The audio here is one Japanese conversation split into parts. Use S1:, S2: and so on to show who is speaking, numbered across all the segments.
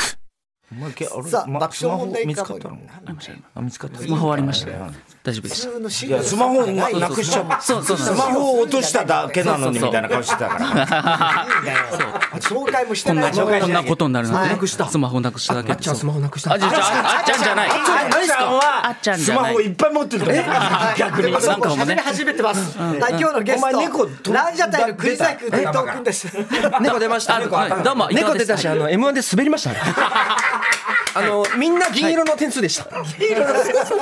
S1: さ
S2: さ
S1: あ爆笑問題
S2: 見
S1: か
S2: つ
S1: も
S2: かっ
S1: う
S2: たの
S1: なんだよ
S2: あ見つかった
S1: ス
S3: スマホありました
S2: い
S3: よ大丈夫でし
S1: 普通のシング
S2: や
S1: ル
S2: スマホ
S1: な
S2: ないなくしちゃった
S3: そうそうそう
S2: スマホを落としただけなのにみたいな顔してた から
S1: いいんだよ紹介もして
S3: たこん
S1: な
S3: ない
S1: 紹介
S3: こ
S1: し
S3: ん
S1: な
S3: ないことになるなんて
S4: な
S3: ね
S4: くした
S3: スマホなくしただけ
S4: あっちゃんスマホなくした
S3: あじゃあじゃああっちゃんじゃない
S2: あっちゃんは
S3: あっちゃん
S2: ス
S3: じゃ
S2: マ
S3: ない
S2: ホいっぱい持ってると思う 逆に
S3: でもなんかもね
S1: 喋り始めてますはい今日のゲス
S2: お前猫
S1: ト
S2: と
S1: ランジャタイの栗崎君と伊藤君です
S4: 猫出ました
S3: あ
S4: 猫あ
S3: はいどうも伊藤
S4: 猫
S3: で
S4: 出
S3: す
S4: たしあの M1 で滑りましたあのみんな銀色の点数でした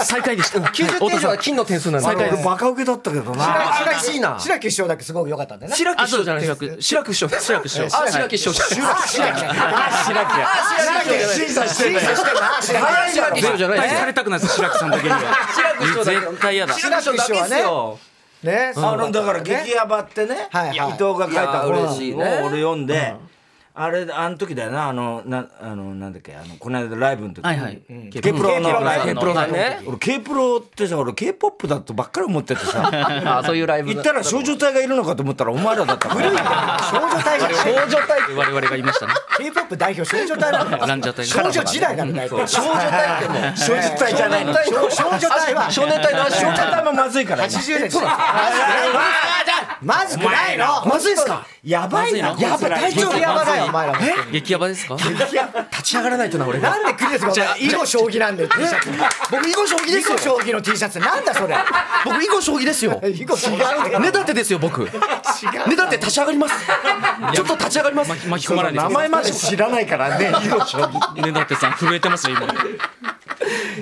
S3: 最下位でした
S4: 90点以上は金の点数なんで
S2: 俺バカ受けだったけどな
S4: 白石いいな
S1: 白木師匠だけすごく良かったんだよね
S4: 白木師匠じゃない
S3: 白く白くしよう白くしよう
S4: あ白木師匠
S1: 白木
S2: 白木審査してんだよ
S4: 白木師匠じゃない
S3: 絶対されたくないです白くさんだけには
S4: 白木師匠だよ
S3: 絶対嫌だ
S4: 白木師匠だけっすよ
S1: ね
S2: あのだから激ヤバってね、
S1: はいは
S2: 伊
S1: い
S2: 藤が書いた
S4: いや
S2: 本を
S4: 嬉しいね
S2: 俺読んで、あれあの時だよなあのなあのなんだっけあのこの間ライブの時、
S3: はいはい
S2: ケプロのライブ
S3: ケプロの
S4: ね
S2: 俺 K プロってさ俺 K ポップだとばっかり思っててさ
S4: あそういうライブ
S2: 行ったら少女隊がいるのかと思ったらお前らだ ったから
S1: 少女隊が
S4: 少女隊
S3: 我々がいましたね
S1: K-POP 代表少女隊なんだ
S3: ランジャタイ
S1: 少女時代なんだよ
S4: 少女隊ってもう
S2: 少女隊じゃないの
S1: 少女隊は
S4: 少年隊の足
S2: 少女隊もまずいから今
S1: 80年代まずくないの
S4: まずいっすか
S2: やばいな
S3: まず
S2: やばい
S1: 体調やばだよお前らも
S3: 激ヤバですか
S4: 立ち上がらないとな俺が
S1: なんで栗ですかお前囲碁将棋なんだよ T シャツ
S4: 僕囲碁将棋
S1: 囲
S4: ですよ
S1: 碁将棋の T シャツなんだそれ
S4: 僕囲碁将棋ですよ
S1: 囲碁将棋
S4: ねだってですよ僕ねだって立ち上がりますちょっと立ち上がります
S3: 巻き込まないで
S2: 名前まで知らないから ね
S3: ねだってさん震えてますよ今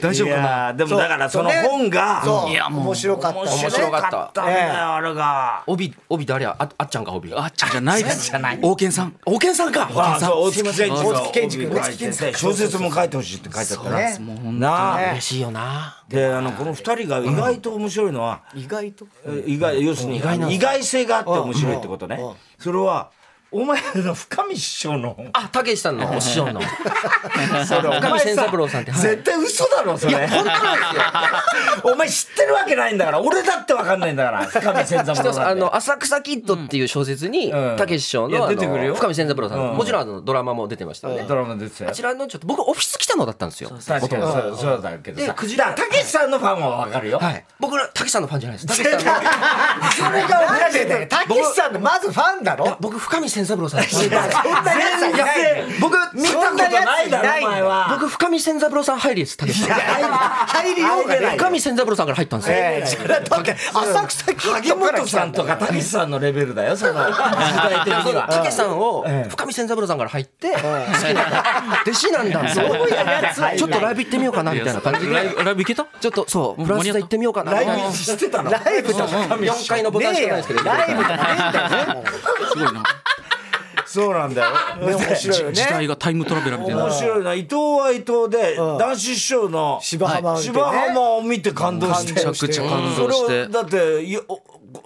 S4: 大丈夫か
S2: い
S4: な
S2: やーでもだからその本が
S1: そう
S3: いやもう
S1: 面白かった
S2: 面
S1: ね
S2: 白かったんだ
S1: ええ
S2: よあれが。
S4: 帯帯誰やああっちゃんが帯
S3: あっちゃんじゃないです王健さん
S4: おけんさんか
S2: ああそう大月健二
S1: 大月健二君
S2: 大月健二さん小説も書いてほしいって書いてあった
S1: そう
S2: ら
S1: です
S3: もう本当に
S2: なあ
S4: 嬉しいよな
S2: であのこの二人が意外と面白いのは、
S1: 意外と
S2: え意外要するに意外性があって面白いってことね、それはお前の深見師匠の
S4: あたけしさんのお師匠のそれ
S2: お
S4: 岡
S2: 前
S4: 見
S2: さ
S4: 千三郎さんってはい
S2: 絶対嘘だろそれ
S4: 本当なんですよ
S2: お前知ってるわけないんだから俺だってわかんないんだから深見千三郎さ
S4: あ
S2: んって
S4: の浅草キッドっていう小説に
S2: うん
S4: たけし師匠
S2: いや
S4: のあ
S2: 出てくる
S4: の
S2: よ
S4: 深見千三郎さんの
S2: うん
S4: もちろんあのドラマも出てましたよね
S2: ドラマ出てたよ
S4: あちらのちょっと僕オフィス来たのだったんですよ
S2: 確かにそうそうだけどさ
S4: で
S2: だ
S4: クジ
S2: からたけしさんのファンはわかるよ、
S4: はい僕らたけしさんのファンじゃないですたけし
S2: それ
S4: さんの
S2: がおかしいんだよ
S1: たけしさんのまずファンだろ
S4: 僕深見千三郎さんです
S1: そんなやついない
S4: 僕見
S2: 見た
S4: た
S2: ことないだろお
S1: そんなやついないんだ
S2: 前
S1: よ
S2: は
S4: 僕深見千三郎さん入りですたけしさん
S1: 入りようがない
S4: 深見千三郎さんから入ったんですよ、
S1: ええそれはだって浅草キッ
S2: 萩
S1: ドから
S2: 本
S1: 来
S2: さ
S1: た
S2: ん
S1: だ
S2: と
S1: よ
S2: かたけしさんのレベルだよその時代的には
S4: たけしさんを
S2: ええ
S4: 深見千三郎さんから入って好きな弟子なんだ みたいなちょっとライブ行ってみようかなみたいな感じ
S3: ライ
S4: で
S3: ブライブ行けた
S4: ちょっとそうフランスで行ってみようかな
S2: ラ
S4: み
S2: イ
S4: たいな
S2: ブしてたの
S1: ライブとか
S4: 4階のボタンしかないですけど
S1: ライブとかねえんだよね
S3: すごいな
S2: そうなん だよ
S1: ね面白いよね
S3: 時代がタイムトラベラーみたい
S2: 面
S3: な
S2: 白いな伊藤は伊藤で男子師匠の
S1: 芝浜を見てね
S2: 芝浜を見て感動して
S3: めちゃくちゃ感
S2: そ
S3: 動
S2: れ
S3: して
S2: をだっていやおお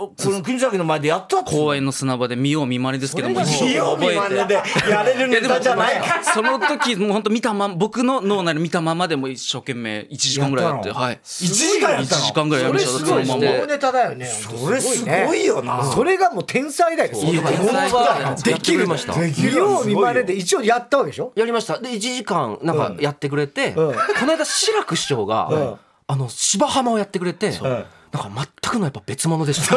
S2: この国崎の前でやったっつうの
S3: 公園の砂場で見よう見まねですけども
S2: 見よう見まねでやれる
S3: い
S2: ネ
S3: やでも
S2: タじゃないか
S3: その時もう本当見たまん僕の脳内で見たままでも一生懸命1時間ぐらいやって
S2: やった
S3: はい
S2: 1時間や
S3: 1
S2: った
S3: 時間
S2: の
S3: ぐらいやりました
S4: それ
S3: その
S4: す
S3: ま
S4: ご
S3: んま
S4: いです
S1: 大ネタだよね
S2: それすごいよな
S1: それがもう天才だよそ
S3: いや
S1: の
S3: 天才だよ
S4: できるました
S1: 見よう見まねで一応やったわけでしょ
S4: やりましたで1時間なんかやってくれて、
S1: うん
S4: この間志らく師匠が、
S1: ん
S4: あの芝浜をやってくれて、なんか全くのやっぱ別物でした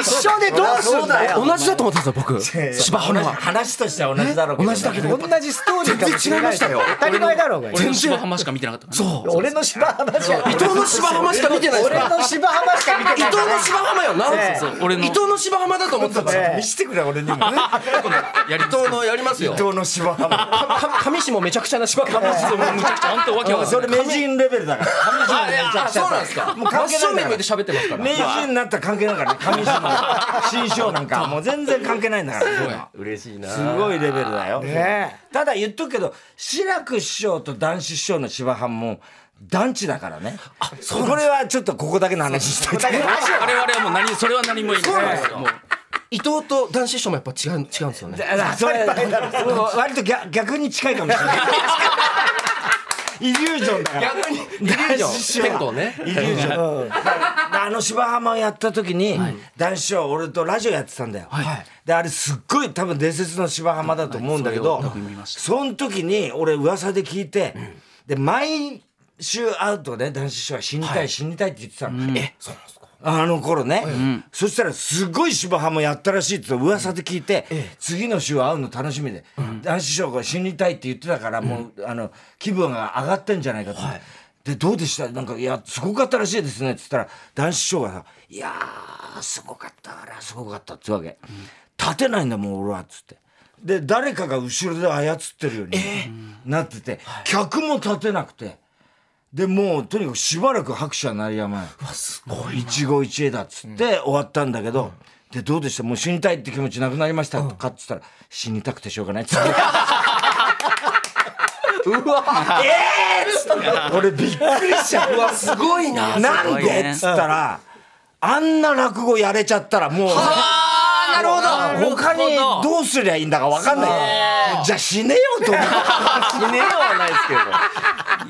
S1: 一緒でどうすんだよ
S4: 同じだと思ってたんですよ僕芝浜は
S2: 話としては同じだろうけど
S4: 同じだけど
S1: 同じストーリーかもしれないし
S4: 全然違いましたよ
S1: 当たり前だろうが
S3: 俺の芝浜しか見てなかったからね
S4: そう
S1: 俺の芝浜じゃん
S4: 伊藤の芝浜しか見てないです
S1: 俺
S4: から
S1: の芝浜しか見てない
S4: 伊藤の芝浜よな、
S1: ええ
S3: そう俺の
S4: 伊藤の芝浜だと思ってたんですよ、
S1: ええ
S2: 見してくれ俺にも
S4: やり伊藤のやりますよ
S2: 伊藤の芝浜
S4: かか上下めちゃくちゃな芝浜
S3: むちゃくちゃ本当わけわか
S2: そ
S3: んな
S2: れ
S3: い
S2: 名人レベルだから
S4: ああそうなんですか
S2: もう関係ないんだから
S4: 真正面向いて喋ってますから
S2: 名人になったら関係ないからね上島新章なん かもう全然関係ないんだからそういうのは
S4: 嬉しいな
S2: すごいレベルだよ、
S1: ね
S2: ただ言っとくけど志らく師匠と男子師匠の芝藩も団地だからねあそこれはちょっとここだけの話しといて
S3: 我々はもう何それは何も言いないですよもう
S4: 伊藤と男子師匠もやっぱ違う違うんですよね
S2: だからそれ割と逆逆に近いかもしれないイリュージョンだから。
S4: 逆にイリュージョン結構ね
S2: イリュージョン。あの芝浜やった時に、男子師匠俺とラジオやってたんだよ。で、あれすっごい多分伝説の芝浜だと思うんだけ
S3: は
S2: ど
S3: いそれをよく見ま、した
S2: その時に俺噂で聞いて、で、毎週会うとね、男子師匠は死にたい死にたいって言ってたの。え、そうなんですかあの頃ね、そしたらすごい芝浜やったらしいって噂で聞いて、次の週会うの楽しみで、男子師匠が死にたいって言ってたから、もうあの気分が上がってんじゃないかと思って、でどうでしたなんかいやすごかったらしいですねっつったら男子師匠がさ「いやーすごかったからすごかった」っつうわけ、立てないんだもう俺はっつってで誰かが後ろで操ってるようになってて、客も立てなくて。でもうとにかくしばらく拍手は鳴りやまないすごい一期一会だっつって終わったんだけど、でどうでしたもう死にたいって気持ちなくなりましたかっつったら、死にたくてしょうがないっつって
S4: うわ
S2: 俺びっくりしちゃう
S4: うわすごいな
S2: なんで
S3: すごいね
S2: っつったら、あんな落語やれちゃったらもう。なるほど他にどうすりゃいいんだか分かんないじゃあ死ねよと思う
S4: 死ねよはないですけ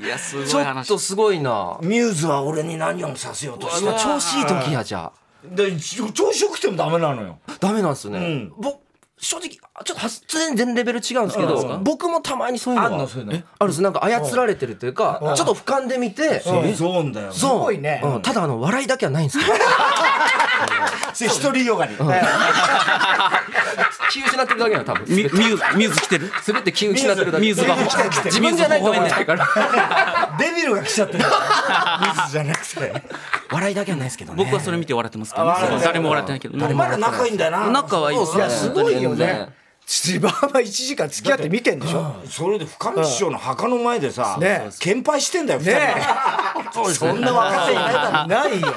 S4: ど
S3: いやすごい
S4: ちょっとすごいな
S2: ミューズは俺に何をさせようとし
S4: あ
S2: た
S4: 調子いい時やじゃ
S2: で調子よくてもダメなのよ
S4: あダメなんですね、
S2: ん
S4: 僕正直あちょっと発全然レベル違うんですけど、
S3: うん
S4: 僕もたまにそういうのは
S2: あんのそういうの
S4: えあるんですなんか操られてるというか、ちょっと俯瞰で見て、
S2: そうそうなんだよ
S4: そう
S1: ごいね
S4: うんただあの笑いだけはないんですけど
S2: 一人よがり
S4: 気失ってるだけなの多分
S3: ミミューズミューズ来てる
S4: 滑って気失ってるだけ
S3: ミューズが
S2: ミューズ来てる来てる
S4: 自分じゃないと思え
S3: ミューズが
S4: ないから
S2: デビルが来ちゃってるミスじゃなくて
S4: 笑いだけはないですけどね
S3: 僕はそれ見て笑ってますけど
S2: あ
S3: ね誰も笑ってないけど
S2: お前ら仲いいんだよな
S3: 仲はいいですね
S1: すごいよね千葉浜1時間付き合って見てんでしょ
S2: それで深見師匠の墓の前でさ
S1: ね
S2: 献杯してんだよ二人
S1: ね
S3: そうですね
S2: そんな若手いないだろ
S1: えないよ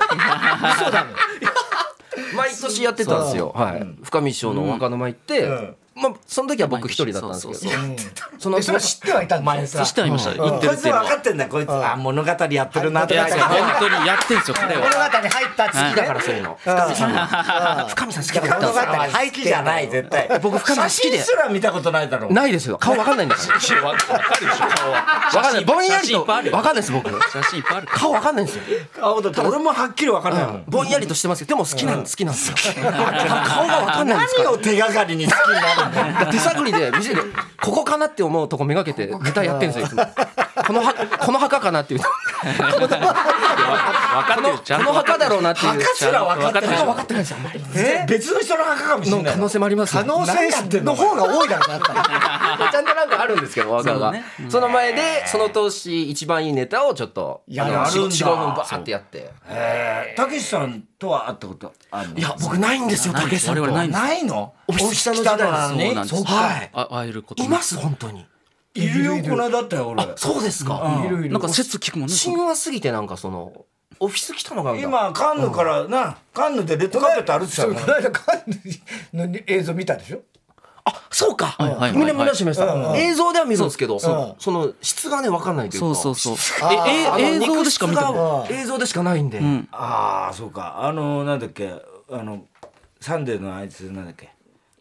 S4: 毎年やってたんですよ、はい深見師匠のお墓の前行って、
S1: ん
S4: まあその時は僕一人だったんですけど
S3: そうそう
S4: その
S1: えそれは知ってはいたんで
S2: 前
S1: す
S2: さ
S1: よ
S3: そしてはいました
S2: こ
S3: 言ってる
S2: い
S3: っ
S2: つ
S3: ていうの
S2: 分か
S3: は
S2: ってんだこいつあ物語やってるなって
S3: いやそう本当にやってんすよ彼
S1: 物語
S3: は
S1: 入ったっつ
S4: だからそういうの
S1: 深見さん
S4: 深見さん好き
S1: だ
S4: だ
S1: か
S4: っ
S1: ら物
S4: たんで
S1: 語
S4: すよ
S1: 入っ
S2: 好
S1: てんだよ
S2: きじゃない絶対
S4: 僕深見さん好きで
S2: 写真すら見たことないだろ
S4: ないですよ顔わかんないんだか ら
S3: いやわかるでしょ顔は
S4: わかんないぼんや
S3: 写
S4: り
S3: 真い
S4: と
S3: っぱい
S4: わ
S3: あるよ
S4: かんないです僕
S3: 写真いっぱいある
S4: 顔わかんないんですよ
S2: 顔だって俺もはっきり分からないもん
S4: ぼんやりとしてますけどでも好きなん好きなんですよ顔がわかんないんですか
S2: 何を手がかりに好きになるんだよ
S4: ら手探りで店でここかなって思うとこめがけてネタやってるんですよいつもこの墓この墓かなっていうこ
S3: 分かって
S4: の
S3: る
S4: こ
S3: ちゃんと
S4: の墓だろうなっていう
S2: 墓すら分かって
S4: ちゃんと
S2: ない
S4: 分かってないですよあんまり
S1: え
S2: 別の人の墓かもしれ
S4: の
S2: ない
S4: 可能性もありますよ
S1: 可能性の方が多いだろうなだったら
S4: ちゃんとなんかあるんですけど、若
S3: そ
S4: が
S3: うね。
S4: その前で、その年一番いいネタをちょっと、
S2: や
S4: あの
S2: やるんだ
S4: 4、5分バーってやって。
S2: えーたけしさんとは会ったことあるの
S4: いや、僕ないんですよ、
S3: ない
S4: たけしさん
S3: 我々
S4: と。
S3: ないんです
S2: ないの
S4: お日様の時代
S2: なのに
S3: そうなんです
S2: そっか
S4: はい。
S3: あ会えること
S4: います、本当に。
S2: いるよこの間だったよ俺
S4: あ、そうですか。
S3: なんか説聞くもんね
S4: 神話すぎて、なんかその、オフィス来たのが、
S2: 今カンヌからなカンヌでレッドカーペット歩いてた
S1: そう
S2: よね
S1: この間カンヌの映像見たでしょ
S4: あ、そうか
S3: はいはい。
S4: みんな見出してまし
S1: うんう
S4: た。
S1: ん
S4: 映像では見るんですけど、
S1: そう
S4: その、質がね、わかんないというか。
S3: そうそうそう
S1: あ
S3: え
S4: あの
S3: え映像でしか見たこと
S4: 肉質が映像でしかないんで。
S3: ん
S2: ああそうかあのなんだっけあのサンデーのあいつなんだっけ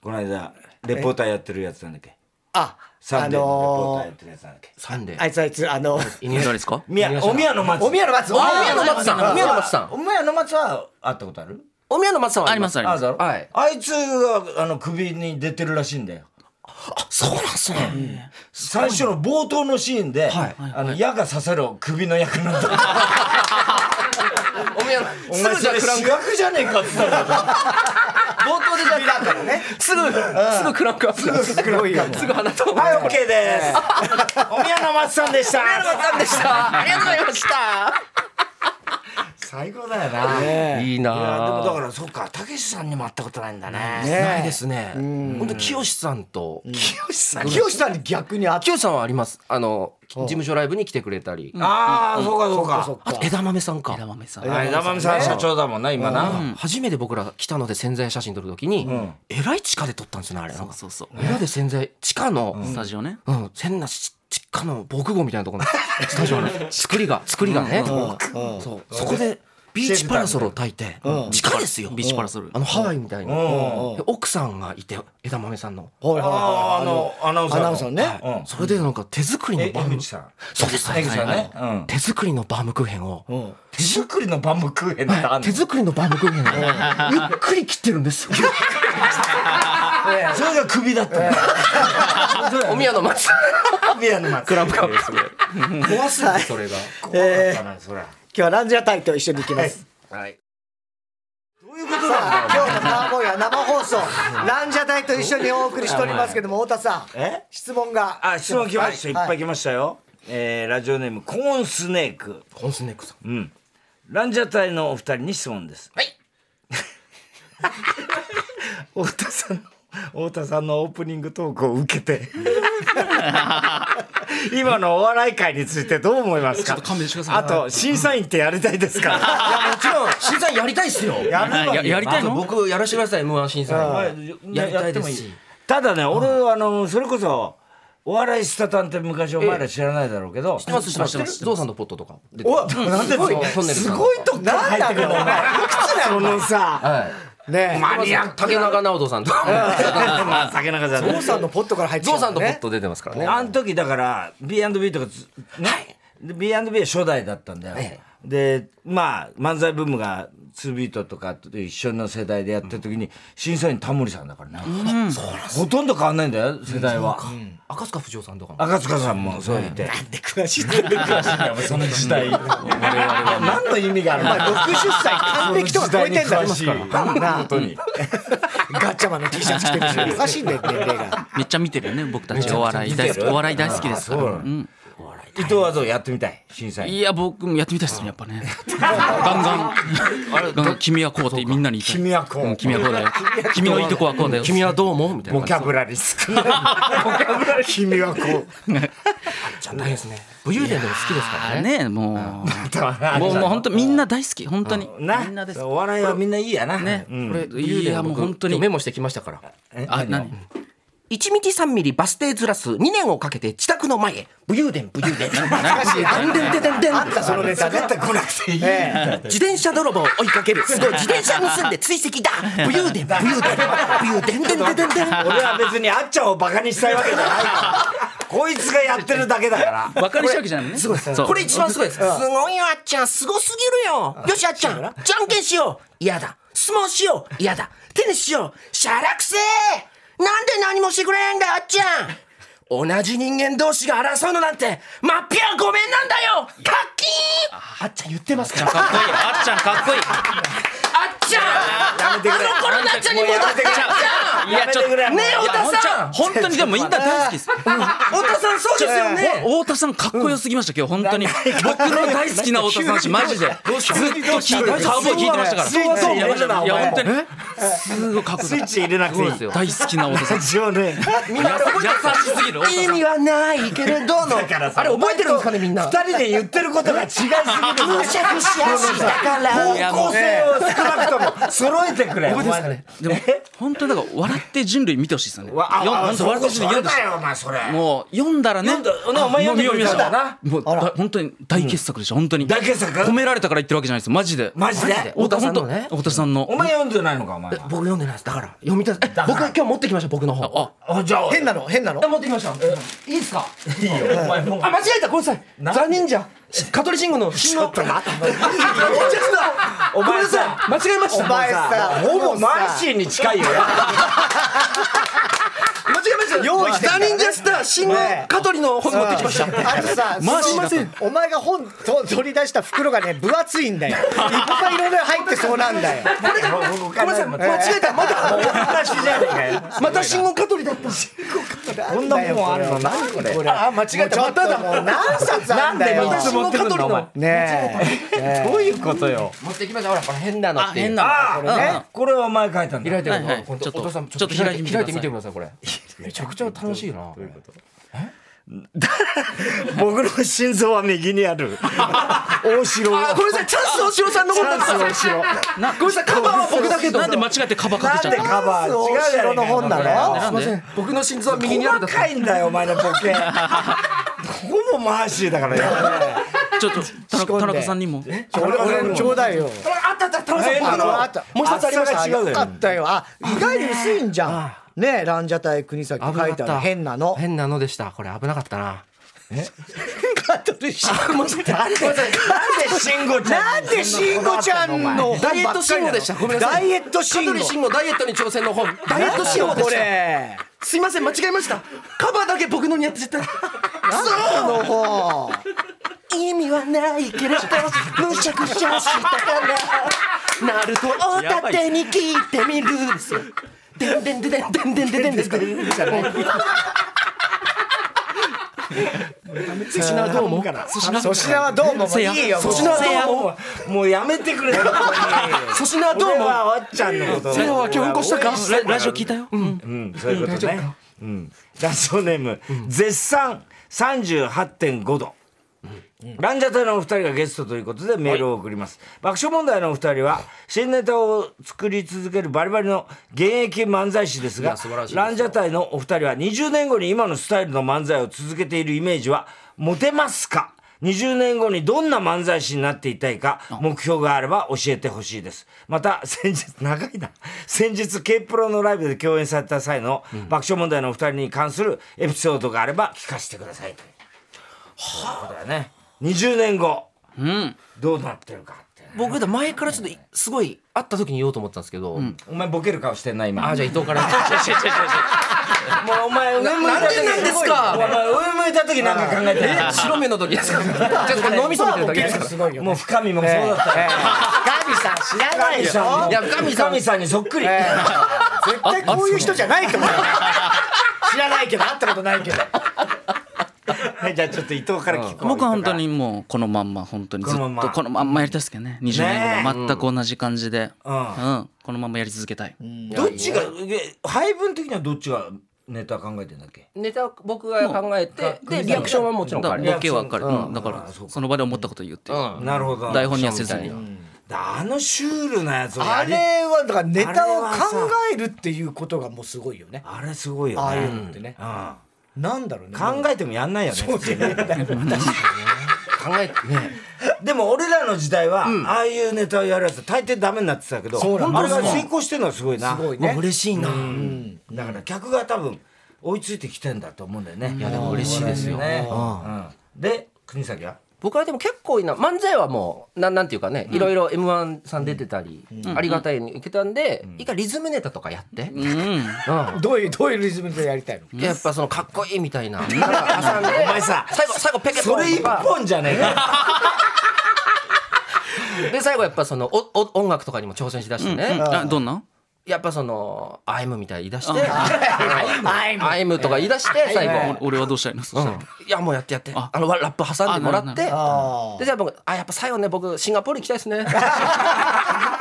S2: この間レポーターやってるやつなんだっけ
S1: あ
S2: サ
S1: あ
S2: ンデーのレポーターや
S1: の
S2: ってるやつなんだっけ
S4: サンデ
S1: ーあ
S4: ー。
S1: いつあいつあの
S3: 見られですか
S2: 宮お宮の松
S1: お宮の松
S4: あ宮野松さん。宮野松さ
S2: お
S4: ん。
S2: 宮の松は会ったことある
S4: お宮野松さんは
S3: ありますあり
S2: あ
S3: ま
S2: る
S3: す
S2: だろ
S4: はい
S2: あいつがあの首に出てるらしいんだよ
S4: そうなんすね。
S2: 最初の冒頭のシーンで、
S4: はい
S2: あの矢が刺さる首の役なんだ
S4: お宮野、
S2: お
S4: す
S2: 前
S4: ぐじ
S2: そ
S4: ゃ
S2: れ
S4: クラン
S2: 主役じゃねえかって言ったんだ
S4: 冒頭でだからね。すぐ、すぐクランクアップなんです。
S1: 黒いよ
S4: すぐ花束を。
S2: はい、オッケーです。お宮の松さんでした。
S4: さんでした。ありがとうございました。
S2: 最高だよな。
S4: いい
S2: いやでもだ
S4: な。
S2: からそうかたけしさんにも会ったことないんだね
S1: ね
S4: ないですね。本当清さんと。
S2: 清さ
S1: 清さんに逆にあっ
S4: 清さんはあります。あの事務所ライブに来てくれたり。
S2: ああそうかそう
S1: そっ
S2: か
S1: か
S4: あと枝豆さんか。
S3: 枝豆さん
S2: はい生身さん社長だもんな今な
S4: 初めて僕ら北野で宣材写真撮るときに、えらい地下で撮ったんですよねあれ。
S3: そうそうそう
S4: えらいで宣材地下の、
S3: スタジオね
S4: うん、変なし地 下の防空壕みたいなところのスタジオの作りが、作りがね。そう、そこで、ビーチパラソルを炊いて
S1: ん
S4: 地下ですよ
S3: ビーチパラソル
S4: あのハワイみたいな
S2: うん
S4: で奥さんがいて枝豆さんの
S1: ほいほいほい
S2: あーあ
S1: あ
S2: の
S1: の、
S2: アナウンサー
S1: アナウンサーね
S2: はいうん
S4: それでなんか手作りの
S2: え
S4: バ
S2: 江
S4: ーム
S2: 口さん
S4: そうです
S2: 江口さんねうん
S4: 手作りのバームクーヘンを
S1: うん
S2: 手作りのバンムクーヘンってあんの
S4: 手作りのバームクーヘンをゆっくり切ってるんですよ
S2: それが首だったの
S4: お宮の松
S2: 宮の松
S4: クラブカップそれ
S2: 怖すぎてそれが怖かったなそれ
S1: 今日はランジャタイと一緒に行きます。
S2: どういうこと
S1: さあ
S2: だ
S1: 今日のターボーイは生放送、ランジャタイと一緒にお送りしておりますけども、太田さん、
S2: え
S1: 質問が。
S2: あ質問来ましたいっぱい
S1: 来
S2: 来ましたよえーラジオネームコーンスネーク
S4: コンスネックさん
S2: うんランジャタイのお二人に質問です
S4: はい
S2: 太田さんの太田さんのオープニングトークを受け て今のお笑い界についてどう思いますか
S3: ちょっと勘弁してください
S2: あと審査員ってやりたいです か
S4: もちろん審査員やりたいっすよ
S2: やるの
S3: ややりたいの
S4: 僕やらせてください M1 審査員
S2: はい
S4: やりたいですし
S2: っただね俺あのそれこそお笑いスタタンって昔お前ら知らないだろうけど
S4: 知ってます知ってますゾウさんのポットとか出て
S2: おなんです
S4: ごい
S2: すごいとこ
S1: なんだけど、お前、いくつな
S2: そ
S1: の
S2: のさ
S4: はい
S1: ね
S2: マニアック
S4: 竹中直人さんと か
S2: まあ酒中さん
S1: え、ゾウさんのポットから入ってき
S4: ゾ
S1: た
S4: ウさ
S1: ん
S4: んと
S1: だ
S4: ポ
S1: ね
S4: ッ。ト出てますからね
S2: あの時だから B&B とかずね、で B&B は初代だったんだよ、でまあ漫才ブームが2ビートとかと一緒の世代でやってる時に審査員タモリさんだからね、ほとんど変わんないんだよ世代は、
S4: 赤塚不二夫さんとかも
S2: 赤塚さんもそう言って、
S1: で詳しいってんだよ
S2: その時代何の意味がある
S1: お前
S2: の
S1: 60歳還暦とか超えてんだろ
S2: その時代に詳しい
S1: なあ
S2: 本当に
S1: ガッチャマンの T シャツ着てるしおかしいんだよ年齢が
S3: めっちゃ見てるよね僕たちお笑い大好きお笑い大好きですから
S2: そうなの
S3: うん
S2: 伊藤はどうやってみたい審査員
S3: いや僕もやってみたいですねやっぱね ガンガンガンガン君はこうってみんなに言いたい
S2: 君はこう
S3: うん君はこうだよ 君のいいとこはこうだよ
S4: 君はどう思うみたいな
S2: ボキャブラリー少ないボキャブラリー君はこう
S4: じゃないですね武勇伝でも好きですから
S3: あ
S4: ね
S3: ーねもう
S2: も
S3: もうもう本当みんな大好き本当に
S2: な
S3: みんなです
S2: お笑いはみんないいやな、
S3: ね
S2: うん
S4: これ
S3: うんいやもう本当に
S4: メモしてきましたから
S2: え
S3: あ
S2: 何を
S3: 何
S4: 1日3ミリバス停ずらす2年をかけて自宅の前へ武勇伝武勇伝あんでんでんでんでん
S1: あんたそのネタね
S2: 作ってこなくていい、
S1: え
S4: 自転車泥棒を追いかけるすごい自転車盗んで追跡だ武勇伝武勇伝武勇伝でんでんでんで
S2: 俺
S4: ん
S2: は別にあっちゃんをバカにしたいわけじゃないからこいつがやってるだけだから
S3: バカにしたわけじゃないもんねすごい
S4: これ一番すごいですすごいよあっちゃんすごすぎるよよしあっちゃんじゃんけんしよう嫌だ相撲しよう嫌だテニスしようしゃらくせえなんで何もしてくれへんだよあっちゃん同じ人間同士が争うのなんてマッピはごめんなんだよカッキーあっちゃん言ってますから
S3: かっこいいあっちゃんかっこいい
S4: あっちゃんあの頃のあっちゃんに戻ってあっちゃん
S3: いやちょっと
S4: ねえ太田さん
S3: 本当にでもみんな大好きです
S4: 太田さんそうですよね
S3: 太田さんかっこよすぎました今日本当に僕の大好きな太田さんしマジでずっと聞いてカウボーイ聞いてましたから
S2: スイッチ入れるない
S3: や
S2: お
S3: 本
S2: 前
S3: 当にすごいかっこよ
S2: スイ
S3: か
S2: ッ
S3: っ
S2: チ入れなくていい
S3: た大好きな太田さん
S2: 一応ね
S3: 優しすぎる太田
S4: 意
S3: さん
S4: 味はないけれどのあれ覚えてるんですかねみんな
S2: 二人で言ってることが違いすぎる
S4: むしゃくしゃしたから
S3: いや
S2: 方向性を少なくとも揃えてくれ覚えてる
S3: でも本当にだから笑って人類見てほしいですよね。よん本当笑って人類読んでほし
S2: よお前それ
S3: い。もう読んだらね。
S2: 読んだねお前読んでくれたんだな
S3: もうだ本当に大傑作でした本当に。
S2: 大傑作
S3: 褒められたから言ってるわけじゃないですマジで。
S2: マジで
S3: 太田さん
S4: 太田さんのね
S3: 太田さんの
S2: お。前読んでないのかお前は
S4: 僕読んでないですだから読みたいですえ僕今日持ってきました僕の方あ
S2: あじゃあ
S1: 変なの変なの
S4: 持ってきましたいいですか
S2: いいよお前もう
S4: あ間違えたごめんなさい残忍じゃ香取慎吾の
S2: ち
S4: 神
S2: ょ
S4: 話
S2: っと待 って
S4: お前さ間違えまし
S1: お
S4: た間
S1: 前
S4: 違
S1: さ
S2: ほぼマーシーに近いよ
S4: えました
S1: 用意してんだ
S4: 残忍じゃした信号
S1: ね
S4: 香取の本持ってきました
S1: あとさ
S4: マジ
S1: その
S4: だった
S1: お前が本と取り出した袋がね分厚いんだよいっぱいいろいろ入ってそうなんだよ
S2: ご
S4: ごめんなさい間違えたまた
S2: 同じじゃねえかよ
S4: また信号香取だった
S2: こんなもんあるの何これ
S1: あ間違えたまただもう何冊あんだよ
S2: なんで三つ持ってくんだお前
S1: ね
S2: どういうことよ
S4: 持ってきましたほらこれ変なの
S3: あ変なの。これね。
S2: これはお前書いたんだ
S4: 開いてる
S3: はいはい
S4: ほん
S3: ちょっと
S4: お父さん
S3: ちょっと開いてみて
S4: 開いてみてくださいこれめちゃくちゃ楽しいな
S2: 僕の心臓は右にある大城
S4: あごめんなさいチャンス大城さんのことだった
S2: 大城
S3: な
S4: ごめんなさいカバーは僕だけど
S3: なんで間違えてカバーかけちゃ
S2: なん
S3: っ
S2: で
S3: たの。
S2: カバー違うじゃねえかよ
S1: 大城の本なの
S2: こ
S3: なんでなんで。
S4: 僕の心臓は
S2: れ
S4: 右にあるだ
S2: 細かいんだよお前のボケほぼマーシーだからよ
S3: ちょっと田
S1: 仕込んで
S3: 中田中さんにも
S1: ちょ俺俺もちょうだいよ。
S4: あったあった、田中さん、
S2: え
S4: 僕の。
S1: あ
S4: あ
S1: あった
S4: もう一つありました
S2: 厚さが違うよ
S1: あったよ。あ、意外に薄いんじゃん。ねえ、ランジャタイ国崎書いてある変なの。
S4: 変なのでした。これ危なかったな。
S1: カトリシ
S4: あ、もうちょっと、なんで、なんで慎吾ち
S1: なんでしんごちゃんの
S4: ダ
S1: 本
S4: イエッ
S1: ば
S4: ト
S1: っか
S4: 慎
S1: り
S4: 吾
S1: な
S4: でした。ごめんなさ
S1: ダ
S4: い。
S1: イエット慎吾。
S4: 香取慎吾ダイエットに挑戦の本。ダイエット慎吾で
S1: こ
S4: した。
S1: れ。
S4: すいません、間違えました。カバーだけ僕のにやってちゃった。
S1: あの本。
S4: 意味はないけれどむしゃくしゃしたからナルトを縦に切ってみるですよでんでんでんでんでんでんでんでんですから粗品はどうも粗品
S1: 粗品はどうももう
S3: せや
S1: いいよ。
S4: 粗
S1: もう
S4: 品はどうも
S2: もうもうやめてくれよ。
S4: 粗品はどう
S2: 俺
S4: も
S2: はあっちゃんのこと。
S4: せやは今日うんこしたか
S3: ララジオ聞いたよ、うん
S2: うん、そういうことね。うん、ラジオネーム、絶賛三十八点五度。ランジャタイのお二人がゲストということでメールを送ります、爆笑問題のお二人は新ネタを作り続けるバリバリの現役漫才師です
S4: い
S2: が
S4: や素晴らしいですよ
S2: ランジャタイのお二人は20年後に今のスタイルの漫才を続けているイメージは持てますか20年後にどんな漫才師になっていたいか目標があれば教えてほしいですまた先日 長いな先日 K プロのライブで共演された際の爆笑問題のお二人に関するエピソードがあれば聞かせてくださいということだよね20年後
S3: うん、
S2: どうなってるかって
S4: 僕だ前からちょっとすごい会った時に言おうと思ってたんですけど
S2: お前ボケる顔してんな今
S4: あじゃあ伊藤 から
S2: もうお前上向いた時
S4: なんでなんですか
S2: お前上向いた時なんか考えてない
S4: 白目の時ですかちょっとこれ脳みそ見てるだけですか
S1: すごいよ。
S2: もう深見もそうだったよ
S1: 神さん知らないでしょ
S4: い。や神さん
S2: 神さんにそっくり、
S1: ええ絶対こういう人じゃないと思うよ。知らないけど会ったことないけど。
S2: はいじゃあちょっと伊藤から聞こう、
S3: 僕は本当にもうこのまんま本当にずっ
S2: このまんま
S3: とこのまんまやりたいですけどね20年後も全く同じ感じで、
S2: うん
S3: うん、このまんまやり続けたい、
S2: どっちがえ配分的にはどっちがネタ考えてんだっけ
S4: ネタ僕が考えてでリアクションはもちろん
S3: だ
S4: 彼
S3: からボケは分かる、
S2: うん
S3: うんだから
S2: あそうか
S3: その場で思ったこと言うっていう、
S4: うん
S2: なるほど
S3: 台本にはせずに、
S2: だあのシュールなやつをや
S1: あ
S2: り
S1: れはだからネタを考えるっていうことがもうすごいよね。
S2: あれすごいよ
S1: ああ
S2: ね
S1: いうのってね。なんだろう
S2: う
S1: ね。
S2: ん、考えてもやんないよね普通ね
S4: 考えてね
S2: でも俺らの時代は、ああいうネタをやるやつ大抵ダメになってたけど
S1: そうなんだ
S2: あれが成功してるのはすごいな
S1: すごいね。
S4: 嬉しいな
S2: うんだから客が多分追いついてきてんだと思うんだよね、いやでも
S4: 嬉しいですよ
S2: ね、うん、で国崎は
S4: 僕はでも結構いいな漫才はもうなんなんていうかねいろいろ m 1さん出てたりありがたいにいけたんで一回リズムネタとかやってうん
S1: どういうどういうリズムでやりたいの。
S4: やっぱそのかっこいいみたいななんか挟んで
S2: お前さ
S4: 最後最後ペケポ
S2: それ
S4: ン
S2: 一
S4: とか
S2: 本じゃねえか
S4: で最後やっぱそのおお音楽とかにも挑戦しだしてね
S3: あどんな
S4: やっぱその「アイム」みたいに言い出して「アイム」とか言い出して最後
S3: 俺はどうしたらいいのそしたら、
S4: 「いやもうやってやって」あのラップ挟んでもらって
S1: あ
S4: でじゃあ僕あやっぱ最後ね僕シンガポール行きたいですね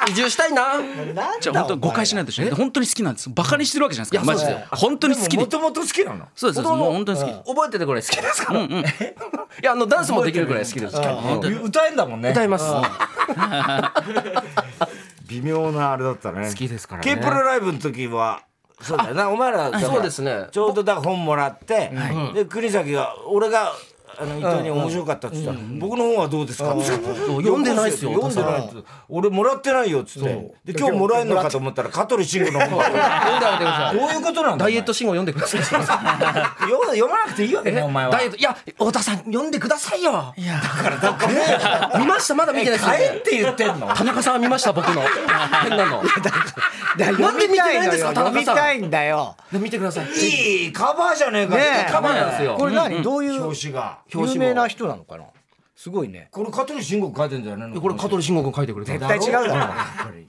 S4: 移住したいな
S1: あ。なん
S3: じ
S1: だ
S3: ゃあ本当に誤解しない
S1: い。
S3: でしょ本当に好きなんですバカにしてるわけじゃないですか
S4: いや
S3: マジ
S4: そうだ
S3: で
S4: よ
S3: 本当に好きで
S2: もともと好きなの
S3: そうですそうですもう本当に好きです
S4: 覚えててこれ好きですか、 いやあのダンスもできるぐらい好きです
S2: 歌えんだもんね
S4: 歌います
S2: 微妙なあれだったね
S4: 好きですからね
S2: K プロライブの時はそうだよなお前らだから
S4: そうですね
S2: ちょうどだから本もらってで国崎が俺があの伊藤に面白かったっつったら僕の本はどうですかって
S4: 読んでないっすよ
S2: 読んでないっつって俺もらってないよっつってで今日もらえるのかと思ったら香取慎吾 の本だ
S4: 読んであげてくださ
S2: ど
S4: いう
S2: いうことなんだ
S4: ダイエット信号読んでください
S2: 読ま読まなくていいわけねお前は
S4: ダイエットいや太田さん読んでくださいよいやだからだから見ましたまだ見てない
S2: 買
S4: で
S2: え
S4: す
S2: っ
S4: よ
S2: て言って んの
S4: 田中さんは見ました僕 の変なの
S1: 読みたい
S4: なんで見てないん
S1: の
S4: です
S1: よ
S4: か田
S1: 読
S4: 中
S1: み
S4: さん
S1: たいんだよ。
S4: で見てください
S2: いいカバーじゃねえか
S1: ねえ
S4: カバーなんですよ
S1: これ何どういう
S2: 表紙が
S1: 有名な人なのかな。すごいね。
S2: これ香取慎吾書いてんじゃないの
S4: これ香取慎吾君書いてくれた
S1: 絶対違うだろ
S2: やっぱり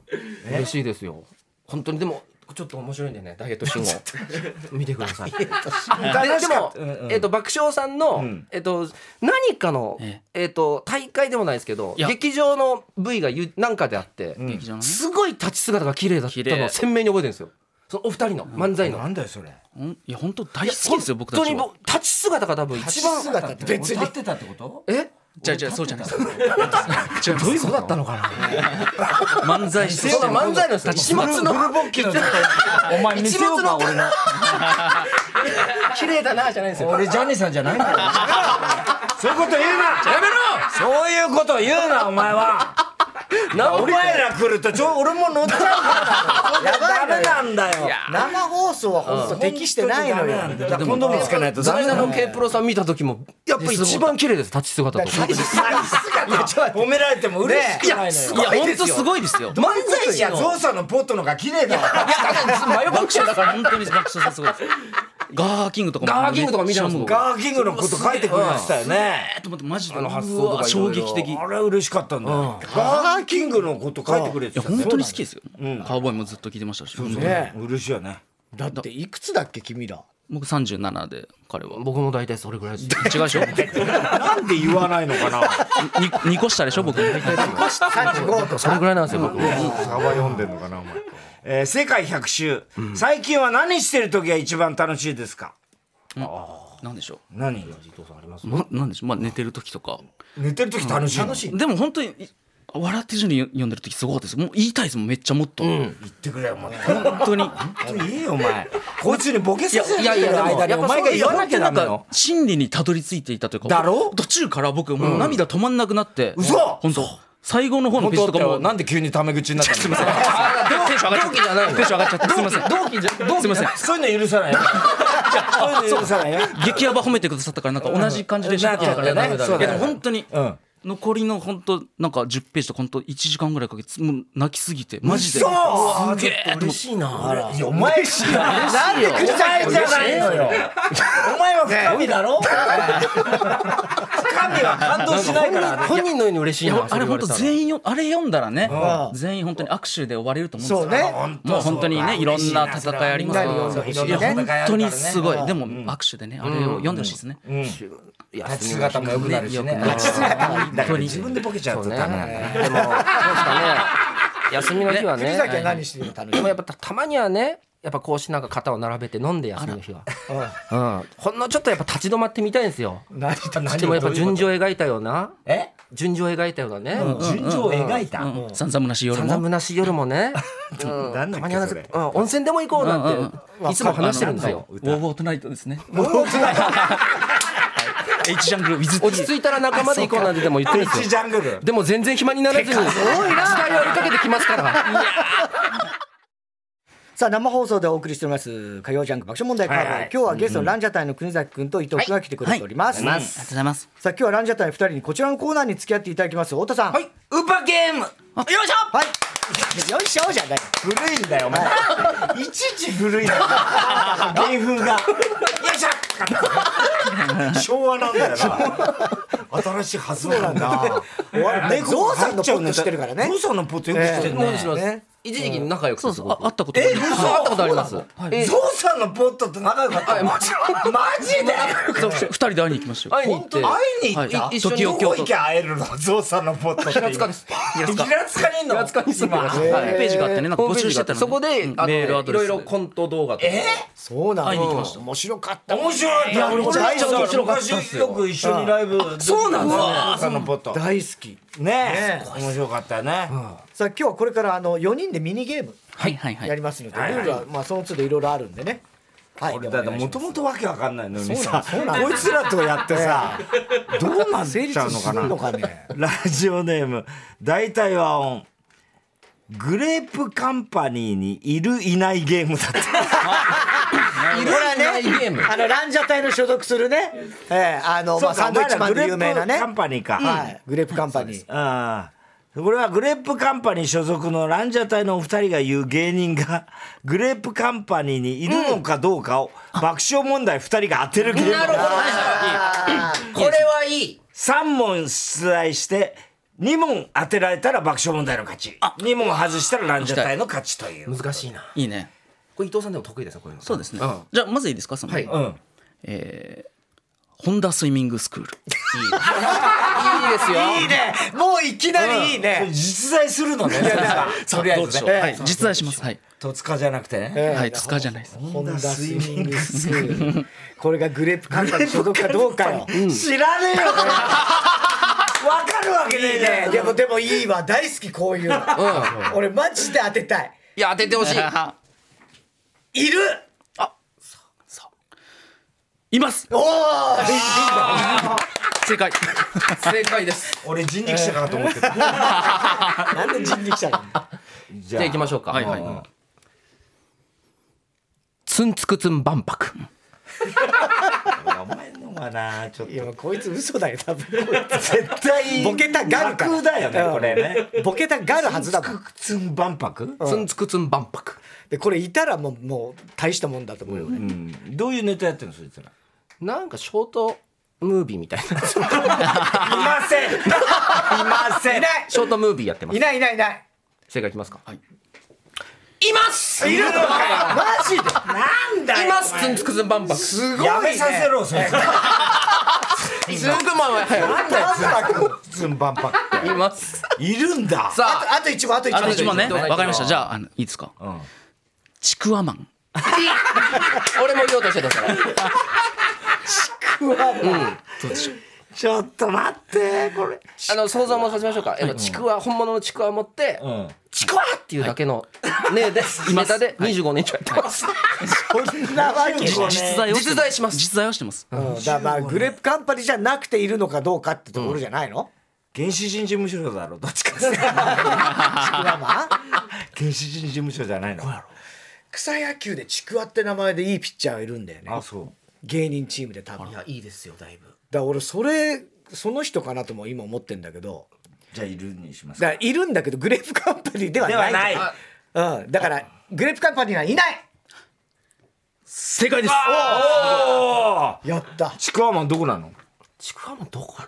S4: 嬉しいですよ本当にでもちょっと面白いんでねダイエット信号 見てください
S2: 楽し
S4: でで
S2: かっ
S4: も
S2: たうんうん、
S4: えっと爆笑さんの、えっと何かの
S3: え、
S4: えっと大会でもないですけど
S3: いや
S4: 劇場の部位がゆなんかであって、
S3: 劇場のね
S4: すごい立ち姿が綺麗だった
S3: 綺
S4: のを
S3: 麗
S4: 鮮明に覚えてるんですよそのお二人の漫才の、
S2: なんだよそれ
S3: うんいや本当大好きですよ僕た
S4: 本当
S3: ち
S4: に
S3: は
S4: 僕立ち姿が多分一番
S1: 姿って別に
S2: 立ってたってこと
S4: え
S3: じゃあじゃあそうじゃないです違いま
S4: どういう
S3: す
S4: ことだったのかな
S3: 漫才師とし
S4: そ
S3: て
S4: うだ漫才の人
S3: 立ち
S4: 一抹の
S2: ボッキーのお前見せようか
S4: 一
S2: 俺の
S4: 綺麗だなじゃないんですよ
S2: 俺ジャニーさんじゃないんだよそういうこと言うな
S3: やめろ
S2: そういうこと言うなお前はお前ら来るとちょ俺も乗っちゃうからだろ
S1: やばいのよ
S2: ダメなんだよ
S1: 生放送は本当適してないのよ。
S2: 本当にダメなんだ
S1: だ
S2: よだから今度もつけないとダ
S4: ザ
S2: メ
S4: メ
S2: な
S4: ナ
S2: の
S4: の K プロさん見た時もやっぱ一番綺麗です立ち姿と
S1: から立ち姿
S2: 褒められても嬉しくないのよ、
S3: いや、ほんとすごいですよ。
S4: 漫才
S2: い
S4: 師
S2: や
S4: の
S2: ゾウさんのポットの方が綺麗だわ
S3: 爆笑だから本当に爆笑さんすごいです。ガーキングとかも
S4: ガーキングとか見てます
S3: めっちゃもう
S2: ガーキングのこと書いてくれましたよね
S3: えーと思ってマジで
S4: の発想とか
S3: うわ衝撃的。い
S2: あれは嬉しかったんだよ、ガーキングのこと書いてくれて
S3: や
S2: たん
S3: 本
S2: だよ
S3: 当に好きですよ。カウボーイもずっと聞いてましたし、
S1: ね
S2: 嬉しいよね
S1: だっていくつだっけ君ら。
S3: 僕三十七で彼は。
S4: 僕も大体それぐらいです
S3: 違うでしょ。
S2: なんで言わないのかな
S3: に二個下でしょ僕。
S1: 三十五と
S4: それぐらいなんですよ僕
S2: 幅読んでんのかなお前、えー世界百周、最近は何してる時が一番楽しいですか
S3: なんでしょ
S2: 何
S3: う。まなんでしょう。まあ寝てる時とか。
S2: 寝てる時楽しいの、言
S3: でも本当にい笑ってるに読んでる時すごかったです。もう言いたいですもんめっちゃもっと。本
S2: ってくれよお前
S3: 当に。
S2: 本当にいいよお前 こいつにボケさせてる
S4: いやいやいや
S2: 間に
S4: やっ
S2: お
S4: ぱ
S2: 前が言わなきゃダメ
S3: なん
S2: よ
S3: か真理にたどり着いていたというか
S2: だろ
S3: 途中から僕もう涙止まんなくなって
S2: 嘘
S3: 本当最後の方のページとかも
S4: なんで急にタメ口になったの
S3: テンション上がっちゃったテンション上がっちゃったすいません
S4: 同期じゃ
S3: すいません
S2: そういうの許さないよそういうの許さないよ
S3: 激ヤバ褒めてくださったからなんか同じ感じでし
S2: な
S3: た
S2: んか
S3: か
S2: らね
S3: いや
S2: そうだね
S3: でも本当に
S2: うん
S3: 残りの本当なんか10ページとか本当1時間ぐらいかけてもう泣きすぎてマジで
S2: 嘘
S3: すげえ
S4: 嬉しいない
S2: やお前しなんでくじゃないじゃないのよお前は深みだろ深みは感動しないから
S4: 本人のように嬉しいな
S3: あれ本当全員よあれ読んだらね
S1: うん
S3: 全員本当に握手で終われると思うんです
S1: そ
S3: よ
S1: うね。
S3: もう本当にねいろんな戦いあります
S1: みんなに読んでほしいね
S3: いや本当にすご
S2: い
S3: いでも握手でねあれを読んでほしいですね
S2: 立ち姿も良くなるしね
S3: ね良くなる
S2: だから
S3: 本当に
S2: 自分でボケちゃうと
S4: ね
S2: ダメなんだよ
S4: でもどうですかね休みの日は
S1: 藤
S4: ね
S1: 崎は何してるの楽し
S4: で
S1: い
S4: も。やっぱたたまにはねやっぱこうしなんか肩を並べて飲んで休みの日は、うん、ほんのちょっとやっぱ立ち止まってみたいんですよ
S1: 何と何
S4: でもやっぱ順序を描いたような
S2: え
S4: 順序を描いたようなね、
S2: 順序を描いた
S3: うんさんざむなし夜
S4: 散々
S3: も
S4: むなしい夜もね、うん
S2: なんだっけ
S4: たまに話す
S2: それ
S4: うん、温泉でも行こうなんて、
S3: うん
S4: いつも話してるんですよ
S3: ウォーウォートナイトですね。H ジャングル with
S4: 落ち
S3: T
S4: 着いたら仲間で行こうなんてでも言ってるんです
S2: 一
S4: よ
S2: ジャングル
S4: でも全然暇にならずに時代を追いかけてきますから
S1: さあ生放送でお送りしております火曜ジャンク爆笑問題カーボーイ
S2: はいはい
S1: 今日はゲストのランジャタイの国崎君と伊藤君が来てくれております。
S3: ありがとうございます。
S1: さあ今日はランジャタイの二人にこちらのコーナーに付き合っていただきます太田さん。はい。
S2: ウパゲーム
S3: よいしょ。
S1: よいしょじゃない。
S2: 古いんだよお前いちいち古いんだよ芸風がよいしょ昭和なんだよな新しい発想なんだ
S1: ゾウさんのポット知ってるからね
S2: ゾウさんのポットよく知ってる
S4: もう
S2: ね
S4: します一時期仲良くて
S3: そうそう。あ
S4: 僕
S3: 会ったこと
S2: え
S3: ない
S2: 嘘
S4: 会ったことあります、え
S2: ゾウさんのポットと仲良かったマジで
S3: そう二人で会いに行きましたよ。
S4: 会いに行っ
S2: 会
S4: て
S2: いに行っ
S3: は
S2: た
S3: い
S2: 一緒に
S3: 時
S2: ど
S3: を
S2: こ
S3: 京
S2: 行
S3: 都
S2: きゃ会えるのゾウさんのポット平
S4: 平塚です
S2: 平塚にいんの
S4: 平塚に住んでます
S2: 今
S3: ホームページがあってね、なんか
S4: ホーム
S3: 募
S4: ペー
S3: 集
S4: ジ
S3: し
S4: があ
S3: て
S4: っ
S3: の
S4: たてそこで、あの
S3: メールア
S4: い
S3: ドレ
S4: ろ
S3: ス
S4: いろコント動画とか
S2: え
S1: そうなの。
S3: 会いに行きました
S1: 面白かった。
S2: 面白いいや俺も大
S1: 大好き
S2: 好き昔よく一緒にライブ
S4: そうなんだ
S2: ゾウさんのポット
S1: 大好き。
S2: ねえ面白かったね
S1: さあ今日はこれからあの四人でミニゲーム
S3: はいはいは
S1: やり
S3: い。
S1: ますので、
S2: はい
S1: ルールはまあその都度いろいろあるんでね。はい。
S2: 俺だってもともとわけわかんないのにさ
S1: そうなんそうな
S2: こ
S1: ん
S2: いつらとやってさどうなっ
S1: 成立
S2: ちゃうの
S1: す
S2: か
S1: るの
S2: な
S1: かね。
S2: ラジオネーム大体和音グレープカンパニーにいるいないゲームだった
S4: い
S1: これは
S4: ろいろなゲーム
S1: ね、あのランジャタイの所属するね、ええあのまあサンドイッチマンで有名な
S2: グレー
S1: ね
S2: プカ、ンパニーか、
S1: はい、グレープカンパニー。
S2: ああこれはグレープカンパニー所属のランジャタイのお二人が言う芸人がグレープカンパニーにいるのかどうかを爆笑問題二人が当てるゲームだ
S4: なるほどねこれはいい
S2: 3問出題して2問当てられたら爆笑問題の勝ち2問外したらランジャタイの勝ちという
S4: 難しいない
S3: いね。
S4: これ伊藤さんでも得意ですよこういうの
S3: そうですね。じゃあまずいいですかその。
S4: はい
S2: うん
S3: えーホンダスイミングスクール。
S4: いいですよ
S1: いいね、もういきなりいい
S2: これ
S1: ね。
S2: 実在するのね
S3: さ
S2: とりあえ
S3: どうで
S2: ず
S3: しょう。
S2: ね
S3: はい。実在します。はい。
S2: 戸塚じゃなくてね
S1: ええ
S3: はい。使うじゃないです。
S1: ホンダスイミングスクール。これがグレープカンパニー所属かどうかよ。
S2: 知らねえよねわかるわけね
S1: いい
S2: え
S1: ね、
S2: ね
S1: でもでもいいわ、大好きこういうの。俺マジで当てたい。
S4: いや当てて ほしい
S1: いる。
S3: います。
S1: おお、
S3: 正解。正解です。
S2: 俺人力車かなと思ってた。
S1: なんで人力車なの
S2: じ
S4: じゃあ行きましょうか。
S3: はいはい。
S4: ツンツクツン万博。
S2: お前のはな、ちょっ
S1: い
S2: と。
S1: やこいつ嘘だよ多分
S2: 絶対
S1: ボケたガルか
S2: 架空だよね、これね。
S1: ボケたがるはずだもん
S2: くつん万博
S4: ツンツクツン万博。
S1: でこれいたらもうもう大したもんだと思うよ、俺
S2: うんどういうネタやってんの、そいつら。
S4: なんかショートムービーみ たいな。
S2: いませんいません
S4: ショートムービーやってま
S1: い
S4: す。
S1: ないいないいない
S4: 正解いきますか。はい。
S3: います。いるの
S1: マジで
S2: なんだ
S4: います。ツンツクツン万博。す
S1: すごい、ね、
S2: やめさせろ、そいつら。
S4: ぐまわは
S2: くつん万博っ
S4: い。います。
S2: て。いるんだ。
S4: さ
S1: あとあと一問あと一
S3: あ
S1: 問
S3: の一問ね。
S4: どうぞ
S3: わかりました。じゃあ、あの、いいですか。ちくわマン。
S4: 俺も言おうとしてたから。
S2: ちょっと待って、これ。
S4: あの想像もさせましょうか。やっぱちくわ、本物のちくわを持って、
S2: ん
S4: ちくわっていうだけの、ねで、ネタで25年以上やってます。
S1: そんなわけない
S3: 実在をて
S4: 実在します
S3: 実在をしてます。
S1: うんだからまあグレープカンパニーじゃなくているのかどうかってところじゃないの、
S2: 原始人事務所だろ、どっちかって。
S1: ちくわ マン
S2: 原始人事務所じゃないの。
S1: 草野球でちくわって名前でいいピッチャーがいるんだよね
S2: あ、そう。
S1: 芸人チームで多分だか
S5: いいですよだいぶ
S1: ら俺それその人かなとも今思ってんだけど
S2: じゃあ、いるにします
S1: だ
S2: か。
S1: からいるんだけどグレープカンパニーではない
S2: ではない
S1: ない、うん、だからグレープカンパニーはいない
S3: 正解です。
S2: おお。
S1: やった
S2: ちくわマンどこなの。
S5: ちくわもどこね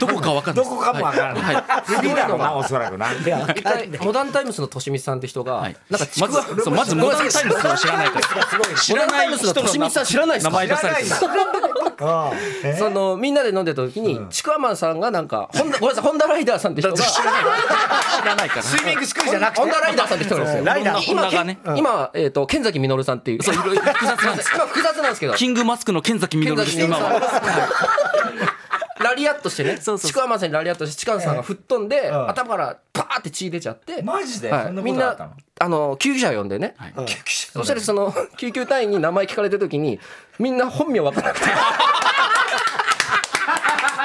S3: どこかわかん
S2: ど
S3: ないで
S2: こ
S3: す。
S2: かもわからない。次だろうな、おそらくな。
S1: いや
S4: 一回モダンタイムスのとしみさんって人が、
S3: はい
S4: なんかちく
S3: ま
S4: わ、
S3: ず、そうまずモダンタイムスを知らないから。知らない人の
S4: モダンタイムスのとしみさん知らないですか
S3: 名前出されてる。
S4: そのみんなで飲んでた時に、ちくわマンさんがなんか、ホンダごめんなさい、ホンダライダーさんって人が、
S3: 知らないから。
S1: スイミングスクールじゃなくて
S4: ホンダライダーさんって人なんですよ。
S1: ライダー
S4: 今
S3: ホンダがね
S4: けん今えっ、と剣崎実さんっていう、
S3: そう、いろいろ複雑なんです。
S4: 今複雑なんですけど、
S3: キングマスクの剣崎み
S4: 剣
S3: どるで
S4: 崎
S3: す、
S4: 実
S3: 今
S4: さ
S3: は。
S4: んはいラリアットしてね、
S3: そうそう
S4: ちくわマンさんにラリアットして、ちかんさんが吹っ飛んで、頭からバーって血出ちゃって、
S2: マジで。
S4: は
S2: そ
S4: い、
S2: んな
S4: み
S2: こ
S4: ん
S2: とあったの
S4: な。あの救急車呼んでね、そしたらその救急隊員に名前聞かれた時にみんな本名分からなくて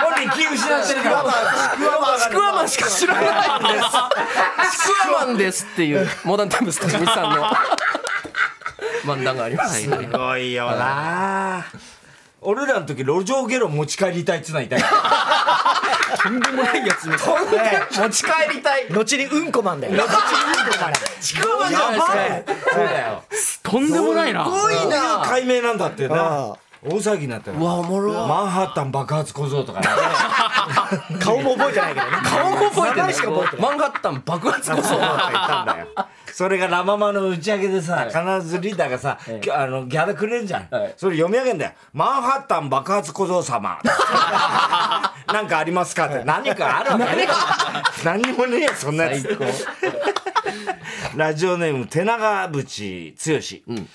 S2: 本人気失ってるから。ちくわマン。
S4: 「ちくわマンしか知らないんです」「ちくわマンです」っていうモダンタイムスとしみさんの漫談があります、
S2: すごいよな。俺らの時路上ゲロ持ち帰りたいっつうのはいたよ。
S4: 持ち帰りたい
S1: 後にうんこマンだよ後にうんこマンだよ
S4: ちくわマンじゃないですか
S2: そうだよ。
S3: とんでもないな。
S2: そういう解明なんだって
S1: あ
S2: な
S1: あ。
S2: 大騒ぎになったよ。わ、おもろ。マンハッタン爆発小僧とかね。
S1: 顔も覚えてないけどね
S4: 顔も覚えて
S1: 名
S4: な
S1: 前
S4: い
S1: しか覚えてない
S4: マンハッタン爆発こ
S2: そう
S4: そ
S2: なんかいたんだよ。それがラ・ママの打ち上げでさ、金津リーダーがさ、きょあのギャラくれんじゃん、
S4: はい
S2: それ読み上げんだよ。マンハッタン爆発小僧 様。なんかありますかって。何かあるわけねえ何にもねえよ、そんなやつ。ラジオネーム、手長渕剛。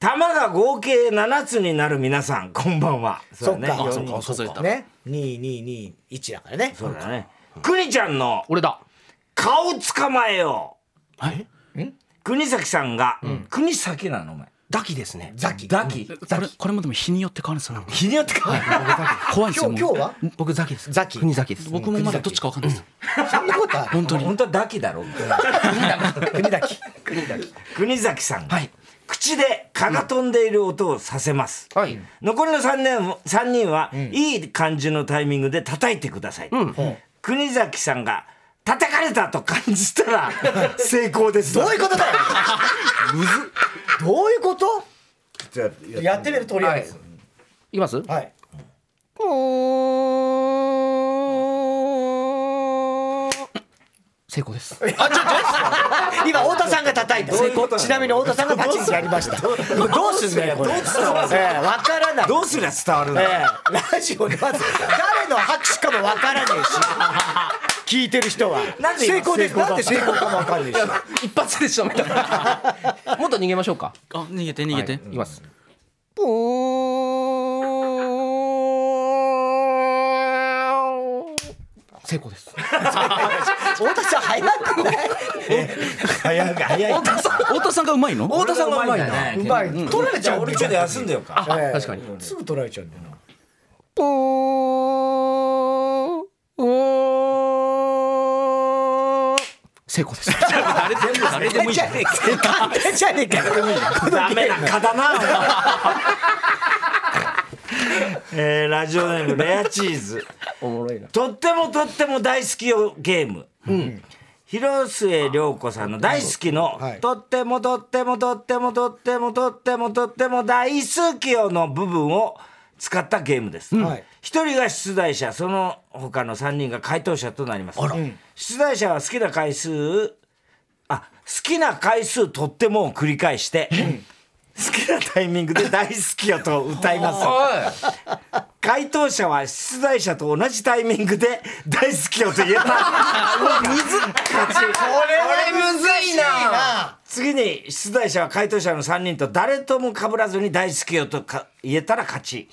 S2: 玉が合計7つになる皆さん、こんばんは。
S1: そ
S2: だ
S1: っ
S2: ね
S1: か
S2: 四
S3: そっ
S2: 人
S3: か数えたら
S1: ね2221だからね
S2: そうだね。くにちゃんの
S3: 俺だ。
S2: 顔捕まえよう。国崎さんが、国崎なのお前。
S5: ダキですね
S2: ザキ。ザキ。
S3: これ、これもでも日によって変わるんですよ。
S2: 日によって変わる。
S3: 怖いんです
S1: 今
S3: よ。
S1: 日
S3: もう
S1: 今日は
S5: 僕ザキです
S1: ザキ
S4: 国崎です
S3: 僕もまだどっちかわかんないです。
S1: そんなことある
S3: 本当に。
S2: 本当はダキだろ。
S1: 国だき
S2: 国崎さんが
S3: はい、
S2: 口で蚊が飛んでいる音をさせます。
S4: はい
S2: 残りの3年を、三人は、いい感じのタイミングで叩いてください。国崎さんが、叩かれたと感じた ら、成功です。
S1: どういうことだよどういうこと
S2: じゃあ
S1: やってみるとりあえず
S4: いきます
S1: はい
S4: 成功です
S1: 今太田さんが叩いた
S2: どういうことなの
S1: ちなみに太田さんがパチンコやりましたどうすんだよこれ
S2: どうすんの
S1: ええわからない
S2: どうすりゃ伝わるんだ
S1: ええラジオでまず誰の拍手かもわからねえし聞いてる人は
S2: なんで今
S1: 成功です
S2: 成功だった
S1: なんで成功かもわかんねえし
S4: 一発でしょめたからもっと逃げましょうか
S3: あ、逃げて逃げて。
S4: いきます成功です
S1: 太田さん早くない
S2: 早い早い。
S3: 太田さん太田さんがうまいの
S6: 太田さんがうまいな。
S1: うまい取られち
S2: じゃ
S1: ゃ
S2: あ
S1: う
S2: 俺ちょっと休んでようか。
S1: ええ
S6: 確かに
S1: すぐ取られちゃうんだよな
S6: 成功です。
S3: 誰でも誰でもいいじゃん
S1: 簡単じゃねえか簡単 じゃねえか
S2: ダメな蚊だな。お前 えー、ラジオネームレアチーズ。
S6: おもろいな。
S2: とってもとっても大好きよゲーム、広末涼子さんの大好きの、
S1: はい
S2: とってもとってもとってもとってもとってもとっても大好きよの部分を使ったゲームです、
S1: はい
S2: 一人が出題者その他の3人が回答者となります出題者は好きな回数あ好きな回数とってもを繰り返して好きなタイミングで大好きよと歌い ます回答者は出題者と同じタイミングで大好きよと言えた
S6: これむずいな。
S2: 次に出題者は回答者の3人と誰とも被らずに大好きよとか言えたら勝ち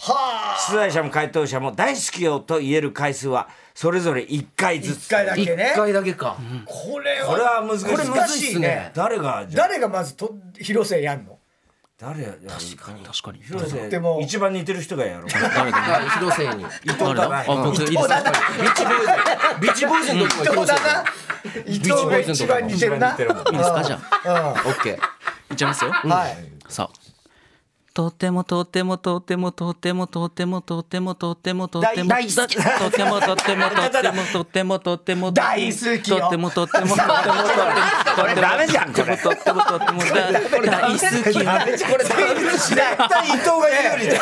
S2: 出題者も回答者も大好きよと言える回数はそれぞれ1回ずつ
S1: 一回だ
S6: 一
S1: けね
S6: 回だけか。
S1: これ
S2: これは難しい
S1: これ難しいね
S2: 誰がじゃあ
S1: 誰がまずと広瀬やんの
S2: 誰やる
S3: 確かに
S2: 広瀬
S1: でも
S2: 一番似てる人がやろう
S6: 誰だ。広瀬に。
S3: 誰だあ僕いいですか
S6: ビーチボーイズ。ビーチボーイズの時も
S1: 伊藤
S6: 広瀬
S1: だ。な伊藤が一番似てるなうん
S3: いいですかじゃあ
S6: オッケー。
S3: いっちゃいますよ
S1: はい
S3: さあとてもとてもとてもとてもとてもとてもとてもとても
S2: 大好き
S3: とてもとてもとてもとてもとても
S1: 大好きよ
S3: とてもとてもとてもとても
S2: これダメじゃんこれ
S3: とてもとてもとても大好き
S1: こ
S3: よ
S1: れ成立しない
S2: 絶対伊藤が有利じゃん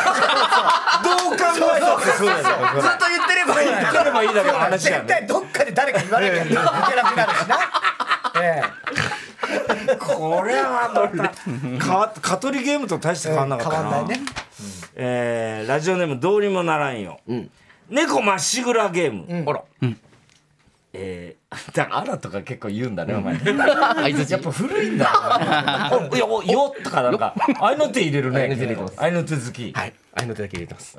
S2: どう考えたってそうだよずっと言ってればいい言ってればいいだけの話だよ
S1: 絶
S2: ね
S1: 対どっかで誰か言わなきゃいけなくなるしなえ
S2: これは また変わっ蚊取りゲームと大して
S1: え
S2: 変わんなか
S1: 変
S2: ったな
S1: わんないね
S2: えーラジオネームどうにもならんよ、猫まっしぐらゲーム、
S6: ほら。
S2: えー、だあらとか結構言うんだねお 前
S6: あいつやっぱ古いんだ。
S2: およよとかなんかあいの手入れるね
S6: 合いの手入れてます
S2: あいの手好き、
S6: はい。あいの手だけ入れてます。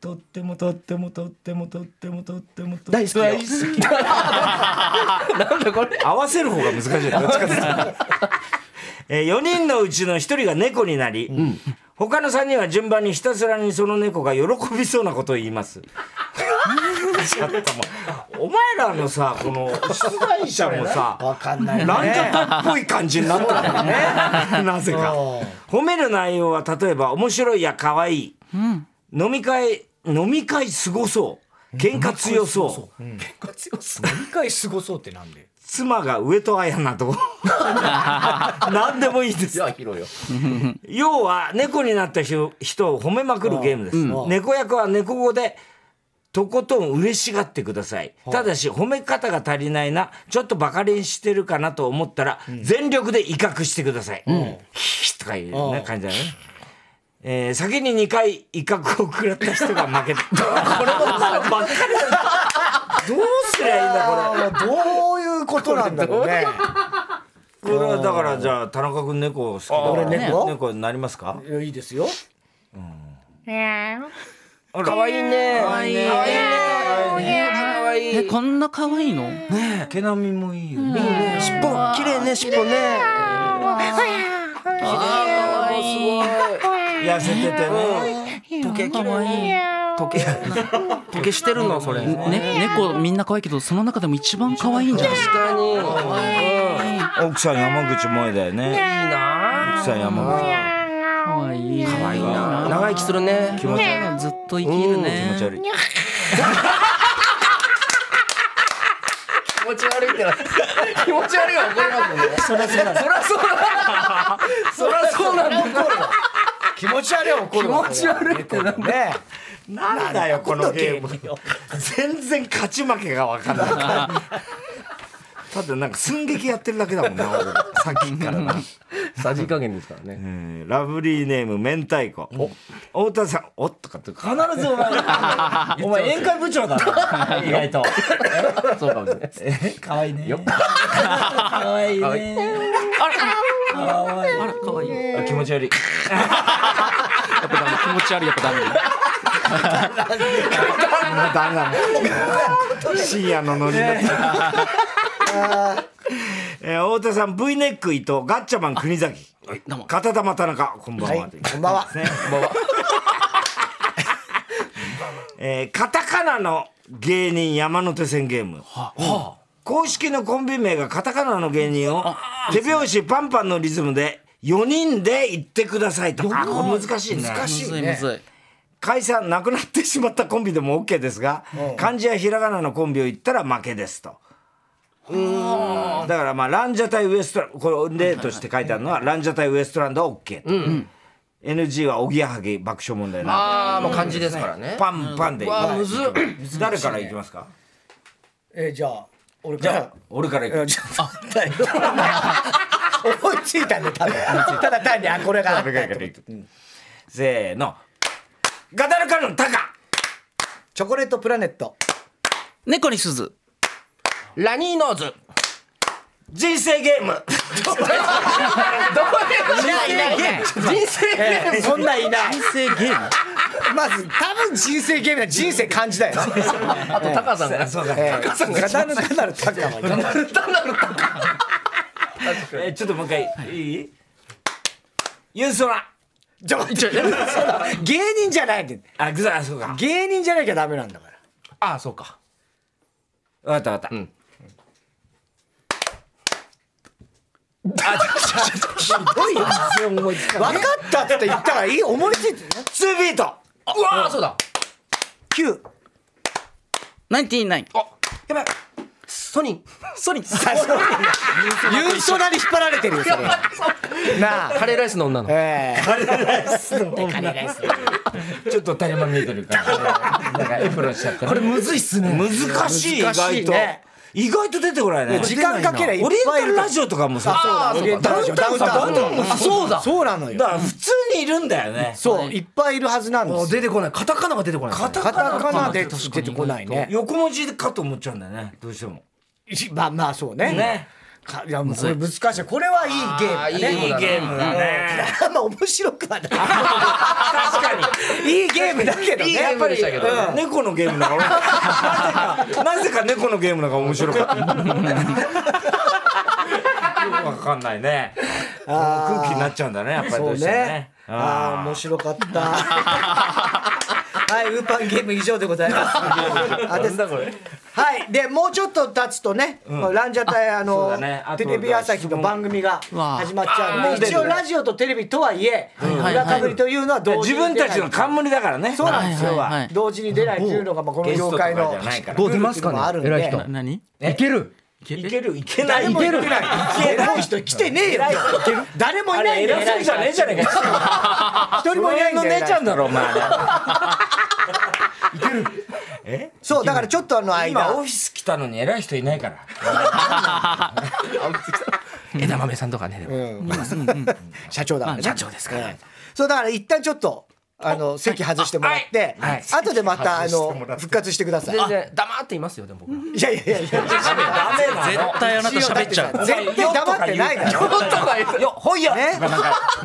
S2: とってもとってもとってもとってもとってもと
S6: 大好きよ
S2: 大好き
S6: なんだこれ。
S2: 合わせる方が難しいどっちかっていうとえー、4人のうちの1人が猫になり、他の3人は順番にひたすらにその猫が喜びそうなことを言います ちょっともうお前らのさこの出題者もさ
S1: わかんないね
S2: ランジャタっぽい感じになったのねなぜか
S1: うん
S2: 褒める内容は例えば面白いや可愛い、飲み会飲み会すごそう喧嘩強そう
S1: 喧嘩強そう何回過ごそうってなんで
S2: 妻が上戸彩な ど何でもいいです
S6: じゃあ広いよ。
S2: 要は猫になった人人を褒めまくるゲームです、猫役は猫語でとことん嬉しがってください、ただし褒め方が足りないなちょっとバカにしてるかなと思ったら、全力で威嚇してください、ヒーとかいう、ね感じだね、えー先に2回威嚇を食らった人が負けたこれもばっかりだどうすりゃいいんだこれ
S1: あーどういうことなんだろうね
S2: これはだからじゃあ田中君猫好きだから
S1: 俺猫
S2: 猫になりますか
S1: いやいいですよ
S6: 可愛いね。可愛いね。可愛い
S3: えこんな可愛いの
S2: 毛並みもいいよね、
S6: 尻尾綺麗ね尻尾ね。ああすごい。
S2: 痩せててね。
S6: 時計綺麗。時計。時計してるのそれ。
S3: ね猫みんな可愛いけどその中でも一番可愛いんじゃない
S6: 確かに。うんいい
S2: 奥さん山口萌えだよね。
S6: な。
S2: 奥さん山口。
S3: 可愛い可
S6: 可愛いな。長生きするね。
S2: 気持ち悪い。
S3: ずっと生きる
S2: 気持ち
S3: ね
S2: 悪い。
S6: 気持ち悪いってな。 気持ち悪いは怒りますね。そらそうだ。そらそうだ。そらそうなんだ。
S1: 気持ち悪い怒るわ
S6: 気持ち悪いってなんだ
S1: ね
S2: なんだよこのゲーム。全然勝ち負けが分からない。ただなんか寸劇やってるだけだもんな。俺さっきから な。
S6: さじ加減ですからね。
S2: えーラブリーネーム明太子。太田さん、おっとかって必ず お前。お前宴会部長だな。意外と。
S6: そうかもしれない。
S2: 可愛いね
S6: よっ
S2: 可愛いね。可愛い。
S3: あら可愛いやっ
S2: あ気持ち悪い。
S3: ぱダメ気持ち悪いやっぱダメ
S2: ダメだもん深夜のノリになっちゃう。えー、太田さん V ネック伊藤ガッチャマン国崎
S3: どうも
S2: 片玉田中こんばんは、
S1: はいこんばんは
S2: ねえーカタカナの芸人山手線ゲーム、公式のコンビ名がカタカナの芸人を手拍子パンパンのリズムで4人で言ってくださいとあこれ難しいね
S3: 難しいねむずいむずい
S2: 解散なくなってしまったコンビでも OK ですが、漢字やひらがなのコンビを言ったら負けですと。だからまあランジャタイウエストランドこれ例として書いてあるのはランジャタイウエストランドは OK と、NG はおぎやはぎ爆笑問題な
S6: ああもう漢字ですからね
S2: パンパンでいきます
S6: あむずっ
S2: 誰からいきますか
S1: えーじゃあ俺から
S2: 俺からい
S1: いや
S2: く
S1: ちょっと待ってよ思いついたんで多分 ただ単にあこれがあった
S2: 俺から
S1: と
S2: いくせーのガダルカのタカ
S1: チョコレートプラネット
S3: 猫に鈴
S6: ラニーノーズ
S2: 人生ゲーム
S1: いないいない
S6: 人生ゲーム
S1: そんなんいない
S3: 人生ゲーム
S1: まず多分人生ゲームだ人生漢字だよね
S6: あとタカさんが
S2: そうだ
S1: えーガタヌタナルタカはいない
S2: えーちょっともう一回、いいユーソラ
S1: ちょちょそうだ芸人じゃないって
S2: あグザあそうかわ
S1: 芸人じゃなきゃダメなんだから
S6: ああそうか
S2: かったわかった、
S1: 分かったって言ったからいい思いついてね
S2: ツービート
S6: うわあそうだ
S1: 9
S3: ナインティナイン
S6: やばいソニン
S3: ソニン
S1: ユーソナに引っ張られてるよそれはなあ
S6: カレーライスの女の子
S1: ええ
S2: ちょっとタイマ見えてるから、なんかエプロンしちゃったこれむずいっすね難しい意
S1: 難し
S2: 外
S1: い
S2: と
S1: ね
S2: 意外と出てこないね
S1: 時間かけりゃいっ
S2: オリエン
S1: ぱ
S2: タ
S1: いい
S2: ル
S1: る
S2: ラジオとかもさ
S1: あそうだ
S2: ダウンタウンさん
S1: ダウ
S2: ダウ
S1: ンタウン
S2: ンタウンもそうだ
S1: そうなの
S2: だ
S1: よ
S2: から普通にいるんだよね
S1: そういっぱいいるはずなんで
S6: あ
S1: すよ
S6: 出てこないカタカナが出てこない
S2: カタ
S1: カタ
S2: カ
S1: カ
S2: ナ
S1: ナで出てこないね
S2: 横文字かと思っちゃうんだよねどうしても
S1: まあまあそうね
S2: ね
S1: かいやもうこれ難しいこれはいいゲーム
S6: あいい
S2: いいゲームだね
S1: あ んま面白くはない確か にいいゲームだけどね
S6: いいゲームでしたけどね
S2: うん猫のゲームだから俺なぜか猫のゲームだから面白かったよくわかんないね空気になっちゃうんだねやっぱりど
S1: そうう
S2: しても
S1: ね
S2: ね
S1: ああ面白かった はいウーパンゲーム以上でございますあです
S2: だこれ
S1: はいでもうちょっと経つとね、ランジャタイあ
S2: そう
S1: の
S2: だねあと
S1: テレビ朝日の番組が
S3: わあ
S1: 始まっちゃうんで
S2: あー
S1: 一応ラジオとテレビとはいえ裏かぶりというのは同時
S2: 自
S1: に出
S2: 分た
S1: ない
S2: ちの冠だからね
S1: そうなんですよ、
S3: はいはいはい
S1: 同時に出ないというのがまあこの業界の
S2: ゲストとかじゃないから
S6: どう出ますかね
S1: ルールっていうのもあるんで
S6: 偉い人
S3: 何
S6: いける
S2: いけるいけない
S1: 誰もいない
S2: い
S1: 偉い人来てねえよ誰もいないんだよ
S2: 偉そうじゃねえじゃねえか
S1: 一人もいないん
S2: の
S1: だよ
S2: 姉ちゃんだろお前
S1: そうだからちょっとあの
S2: 今
S1: 間
S2: オフィス来たのに偉い人いないから
S6: 枝豆さんとかね
S1: 社長だからね
S6: 社長ですから
S1: ええそうだから一旦ちょっとあの席外してもらって
S6: はいはい
S1: 後でまたあの復活してください
S6: 全然黙っていますよでも僕
S1: いやいやいやいや
S2: ダメなの
S3: 絶対あなた喋っちゃう
S1: 絶対黙ってないだろ
S2: よほいよ
S1: ね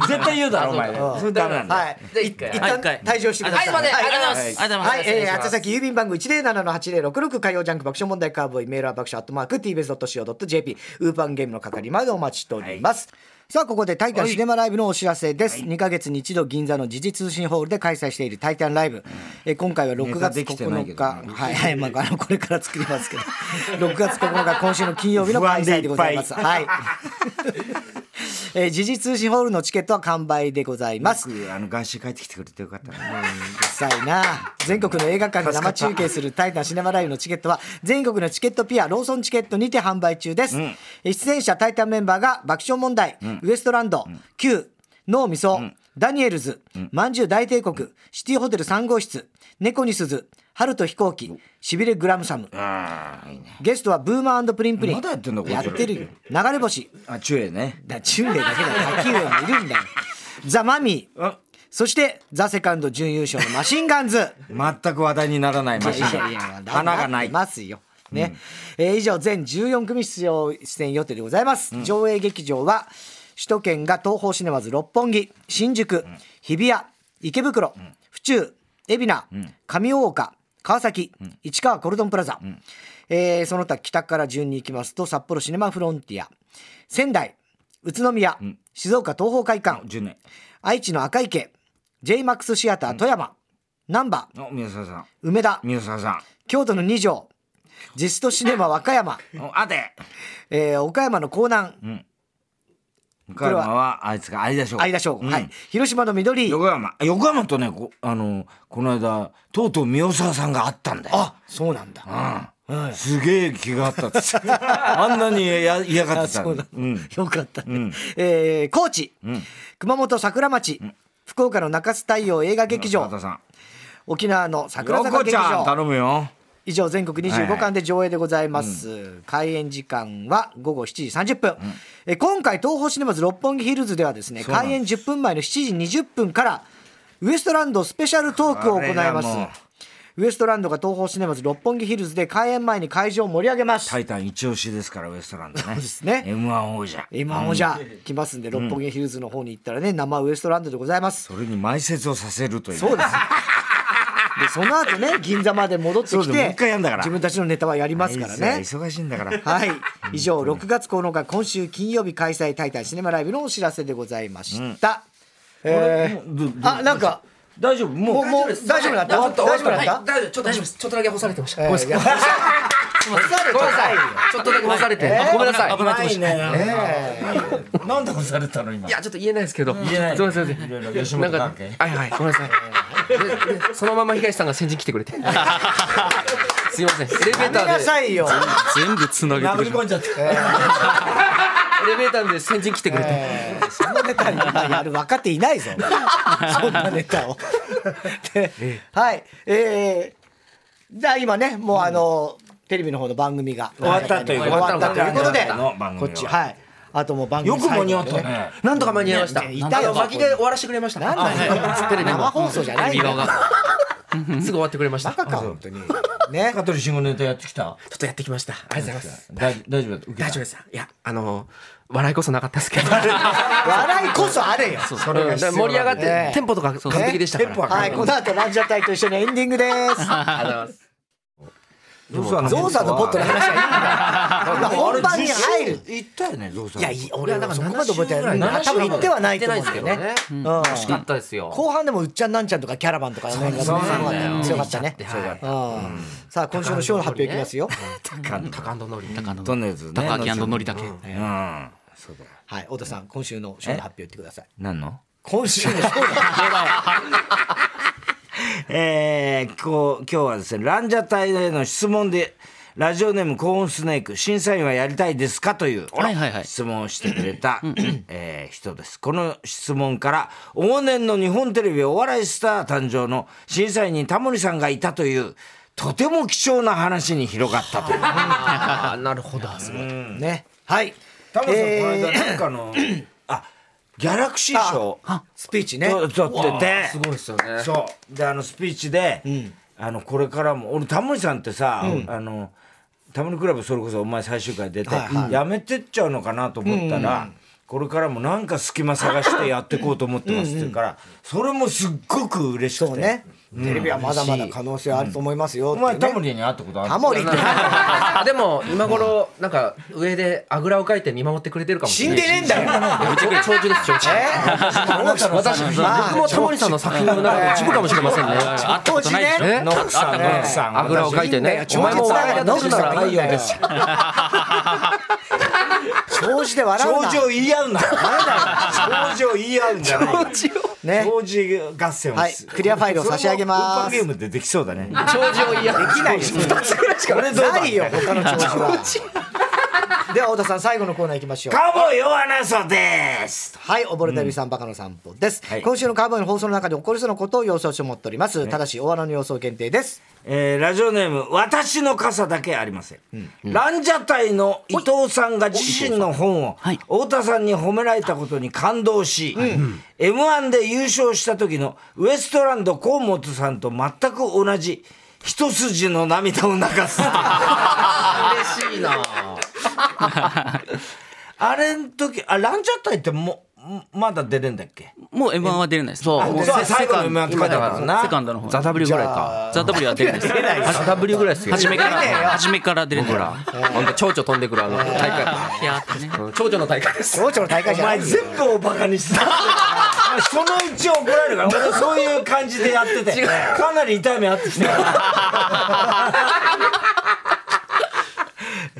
S2: 絶対言うだろお前それダメなんだよ
S1: はい
S6: じゃあ一回
S1: 一
S3: は
S1: 旦
S3: い一回
S1: 退場してくださ
S6: はい
S1: い
S6: すいません
S3: ありがとうございますありがとうございます
S1: はい、えー、宛先郵便番号107-8066火曜ジャンク爆笑問題カーボーイメールは爆笑アットマーク tbs.co.jp ウーパンゲームの係までお待ちしております、さあここで「タイタンシネマライブ」のお知らせです、2ヶ月に一度銀座の時事通信ホールで開催している「タイタンライブ」えー今回は
S2: ネ
S1: 6月
S2: タできてないけ
S1: 9
S2: ど
S1: 日、はい、はいまあ、あのこれから作りますけど6月9日今週の金曜日の開催でございますはいえー時事通信ホールのチケットは完売でございます
S2: あのガンシー帰ってきてくれてよかったね
S1: 臭いな全国の映画館で生中継する「タイタンシネマライブ」のチケットは全国のチケットピアローソンチケットにて販売中です、出演者「タイタン」メンバーが爆笑問題、ウエストランド、Q 脳みそ、ダニエルズ、まんじゅう大帝国、シティホテル3号室猫に鈴春と飛行機しびれグラムサムゲストはブーマープリンプリン
S2: まだやってんのこいつら
S1: やってるよ流れ星
S2: あちゅえね
S1: だチュンレイだけだよ滝上もいるんだよザ・マミー
S2: あ
S1: そしてザ・セカンド準優勝のマシンガンズ
S2: 全く話題にならないマシン
S1: いやいやいや
S2: 花がな
S1: っ
S2: い
S1: てますよ。ね、えー以上全14組出場出演予定でございます、上映劇場は首都圏が東宝シネマズ六本木新宿、日比谷池袋、府中海老名、上大岡、川崎、市川コルドンプラザ、えーその他北から順に行きますと札幌シネマフロンティア仙台宇都宮、静岡東宝会館
S2: 10年。
S1: 愛知の赤池 j マックスシアター富山、難波
S2: お、宮沢さん。
S1: 梅田
S2: 宮沢さ
S1: 京都の二条ジェストシネマ和歌山、
S2: ん。おあて
S1: えー岡山の江南
S2: 岡山は、あいつが、あれでしょう。
S1: 相田翔吾、
S2: うん
S1: はい、広島の緑
S2: 横山。あ横山とね、こあの、この間、とうとう宮沢さんがあったんだよ。
S1: あそうなんだ、はい
S2: すげえ気があったっつって。 あんなにや嫌がってた
S1: そ
S2: の
S1: う
S2: に
S1: だ、
S2: うん。
S1: よかったね、えー高知、熊本桜町、福岡の中洲太陽映画劇場、
S2: 岡田さん。
S1: 沖縄の桜坂
S2: 横
S1: 劇
S2: ちゃん、
S1: 場
S2: 頼むよ。
S1: 以上全国25巻で上映でございます、開演時間は午後7時30分、えー今回東宝シネマズ六本木ヒルズではですね
S2: そうなん
S1: 開演10分前の7時20分からウエストランドスペシャルトークを行いま
S2: これがも
S1: すウエストランドが東宝シネマズ六本木ヒルズで開演前に会場を盛り上げます、
S2: タイタン一押しですから、ウエストランドね。そう
S1: ですね
S2: M1 王者。
S1: 今もじゃあ来ますんで、六本木ヒルズの方に行ったらね生ウエストランドでございます
S2: それに埋設をさせるという。
S1: そうですでその後ね銀座まで戻って
S2: そう
S1: き
S2: だよ
S1: て
S2: もう一回やんだから
S1: 自分たちのネタはやりますから
S2: あい
S1: ね
S2: つら忙しいんだ から。
S1: はい以上6月9日今週金曜日開催「タイタンシネマライブ」のお知らせでございました、えー
S2: どど
S1: あなんか
S2: 大丈夫も
S1: も
S2: う
S1: うもう大丈夫だった
S6: 終わった
S1: 大丈夫だっ
S6: 終わ
S1: た
S6: たはい大丈夫ちょっと大丈夫ですちょっとだけ干されてましたごめんなさい
S1: えー
S6: ごめんなさいちょっとだけ干されてごめんなさい
S3: 危ないとこ し
S2: ね。なんで干されたの今
S6: い。やちょっと言えないですけど言
S2: えない
S6: すみませんすいま
S2: いろいろ
S6: せん
S2: 吉本関係
S6: はいはいごめんなさいででそのまま東さんが先陣来てくれてすいませんエレベーター
S1: やめな
S6: で
S1: さいよ
S3: 全部つなげてくれる
S2: んじゃって。
S6: エレベーターで先陣来てくれて
S1: そんなネタ今やる分かっていないぞ。そんなネタを。で、はい、えー、じゃあ今ね、もうあの、テレビの方の番組が終
S2: わったという
S1: 終わったということで
S2: 終わったの番組、
S1: こ
S2: は
S1: っち、はい。あともう番組
S2: よく間
S1: 最
S2: に合
S1: 後ま
S2: っ
S1: で
S2: た。ね。
S6: なんとか間に合いました
S1: ねいたよ
S6: あの巻きで終わらせてくれました
S1: なんだよ、テレビ生放送じゃない
S6: 右
S1: よ。
S6: 側
S1: バ
S6: がすぐ終わってくれましたちょ
S1: カか、本当に。ね。
S2: 香取慎吾ネタやってきた。
S6: っとやってきましたありがとうございます
S2: 大大丈夫だった。
S6: 大丈夫ですいやあの笑いこそなかったですけど
S1: 笑いこそあれよ。
S6: それ盛り上がっ
S1: ね
S6: てテンポとか完璧でしたから
S2: テンポは
S1: はい、この後ランジャタイと一緒にエンディングです。
S2: ゾウさん
S1: ゾウさんのポットの話はいいんだ。今本番に入る。
S2: 行ったよねゾウさん。
S1: いや、いい俺はだからそこまで覚えて
S6: いや
S1: ない。
S6: だから
S1: 多分言ってはないと
S6: 言って
S1: 思
S6: な
S1: う
S6: い
S1: ん
S6: で
S1: だ
S6: すけど
S1: よね
S6: ね。
S1: うん
S6: 惜しかったですよ
S1: 後半でもうっちゃんなんちゃんとかキャラバンとかあの辺が
S6: そう
S1: 強強かったね。
S6: 強かっ
S1: うんさあ今週のショーの発表いきますよ。
S6: 高安のり
S3: 高野
S2: どんなやつね
S3: 高木のりだけ
S2: うん。そうだよ。
S1: はい、太田さん今週のショーの発表言ってください。
S2: 何の？
S1: 今週のショーの発
S2: えー、こう今日はですねランジャタイへの質問でラジオネームコーンスネーク審査員はやりたいですかという、
S3: はいはいはい
S2: 質問をしてくれた、えー人ですこの質問から往年の日本テレビお笑いスター誕生の審査員にタモリさんがいたというとても貴重な話に広がったという
S6: あーなるほどすごい
S1: 表ね。はい。
S2: タモリさん、
S1: え
S2: この間なんかのあギャラクシー賞
S1: ースピーチね。
S2: と撮ってて
S6: すごいですよね
S2: そうであのスピーチで、あのこれからも俺タモリさんってさ、あのタモリクラブそれこそお前最終回出て、
S1: はいはい
S2: やめてっちゃうのかなと思ったら、これからもなんか隙間探してやっていこうと思ってますって言うから、それもすっごく嬉しくて
S1: そうね。テレビはまだまだ可能性あると思いますよ。
S2: お前タモ
S1: リ。
S2: リに会ったことある
S1: タモリって
S6: あでも今頃なんか上であぐらをかいて見守ってくれてるかもし
S1: 死
S6: れ
S1: ん
S6: な
S1: で
S6: い
S1: ねえんだよ。
S6: いやうちこれ長寿です長寿
S2: 私
S6: 私僕もタモリさんの作品の中の一部かもしれませんね
S3: あったことないでしょ
S1: え
S2: ノクさんノクさん
S6: あぐらをかいてねお前もお前が
S1: 長
S6: 長
S1: 寿
S6: 寿
S1: だ
S6: な
S1: から
S6: ら
S1: いいんだよ。調子で笑うな。
S2: 長寿を言い合うな長寿を言い合うんじゃない
S1: ね。
S2: 長寿合戦を
S1: はいクリアファイルを差し上げます
S2: それも運搬ゲームでできそうだね
S6: 長寿を言い合う
S1: できないよ。二つぐらいしかないよ。他の調子は。 では太田さん最後のコーナー行きましょう。
S2: カウボーイヨアナソです
S1: はい、溺れた指さんバカの散歩です、
S2: はい
S1: 今週のカーボーイの放送の中で起こりそうなことを予想して思っております。ただし大穴の予想限定です。
S2: えーラジオネーム「私の傘だけありません」ランジャタイの伊藤さんが自身の本を
S3: はい
S2: 太田さんに褒められたことに感動し、m 1で優勝した時のウエストランド河本さんと全く同じ一筋の涙を流す
S6: 嬉しいな
S2: あれの時あランジャタイってもうまだ出れんだっけ
S3: もう M1 は出れないです。
S6: そう
S2: もう
S6: セ
S2: 最後の M1 とかだからな
S3: セカンドの方。
S6: ザ
S3: ザ・
S6: W ぐらいか。
S3: W は出れないです。
S6: ザ W ぐらいですよ。
S3: 初めから、初めから出れない。
S6: ほら、ほんと蝶々飛んでくるあの大会。
S3: いやーってね。
S6: うん蝶々の大会です。
S1: 王朝の大会
S2: お
S1: じゃな
S2: 前
S1: い
S2: 全部をバカにしてたそのうち怒られ るから俺そういう感じでやっててかなり痛い目あってきたから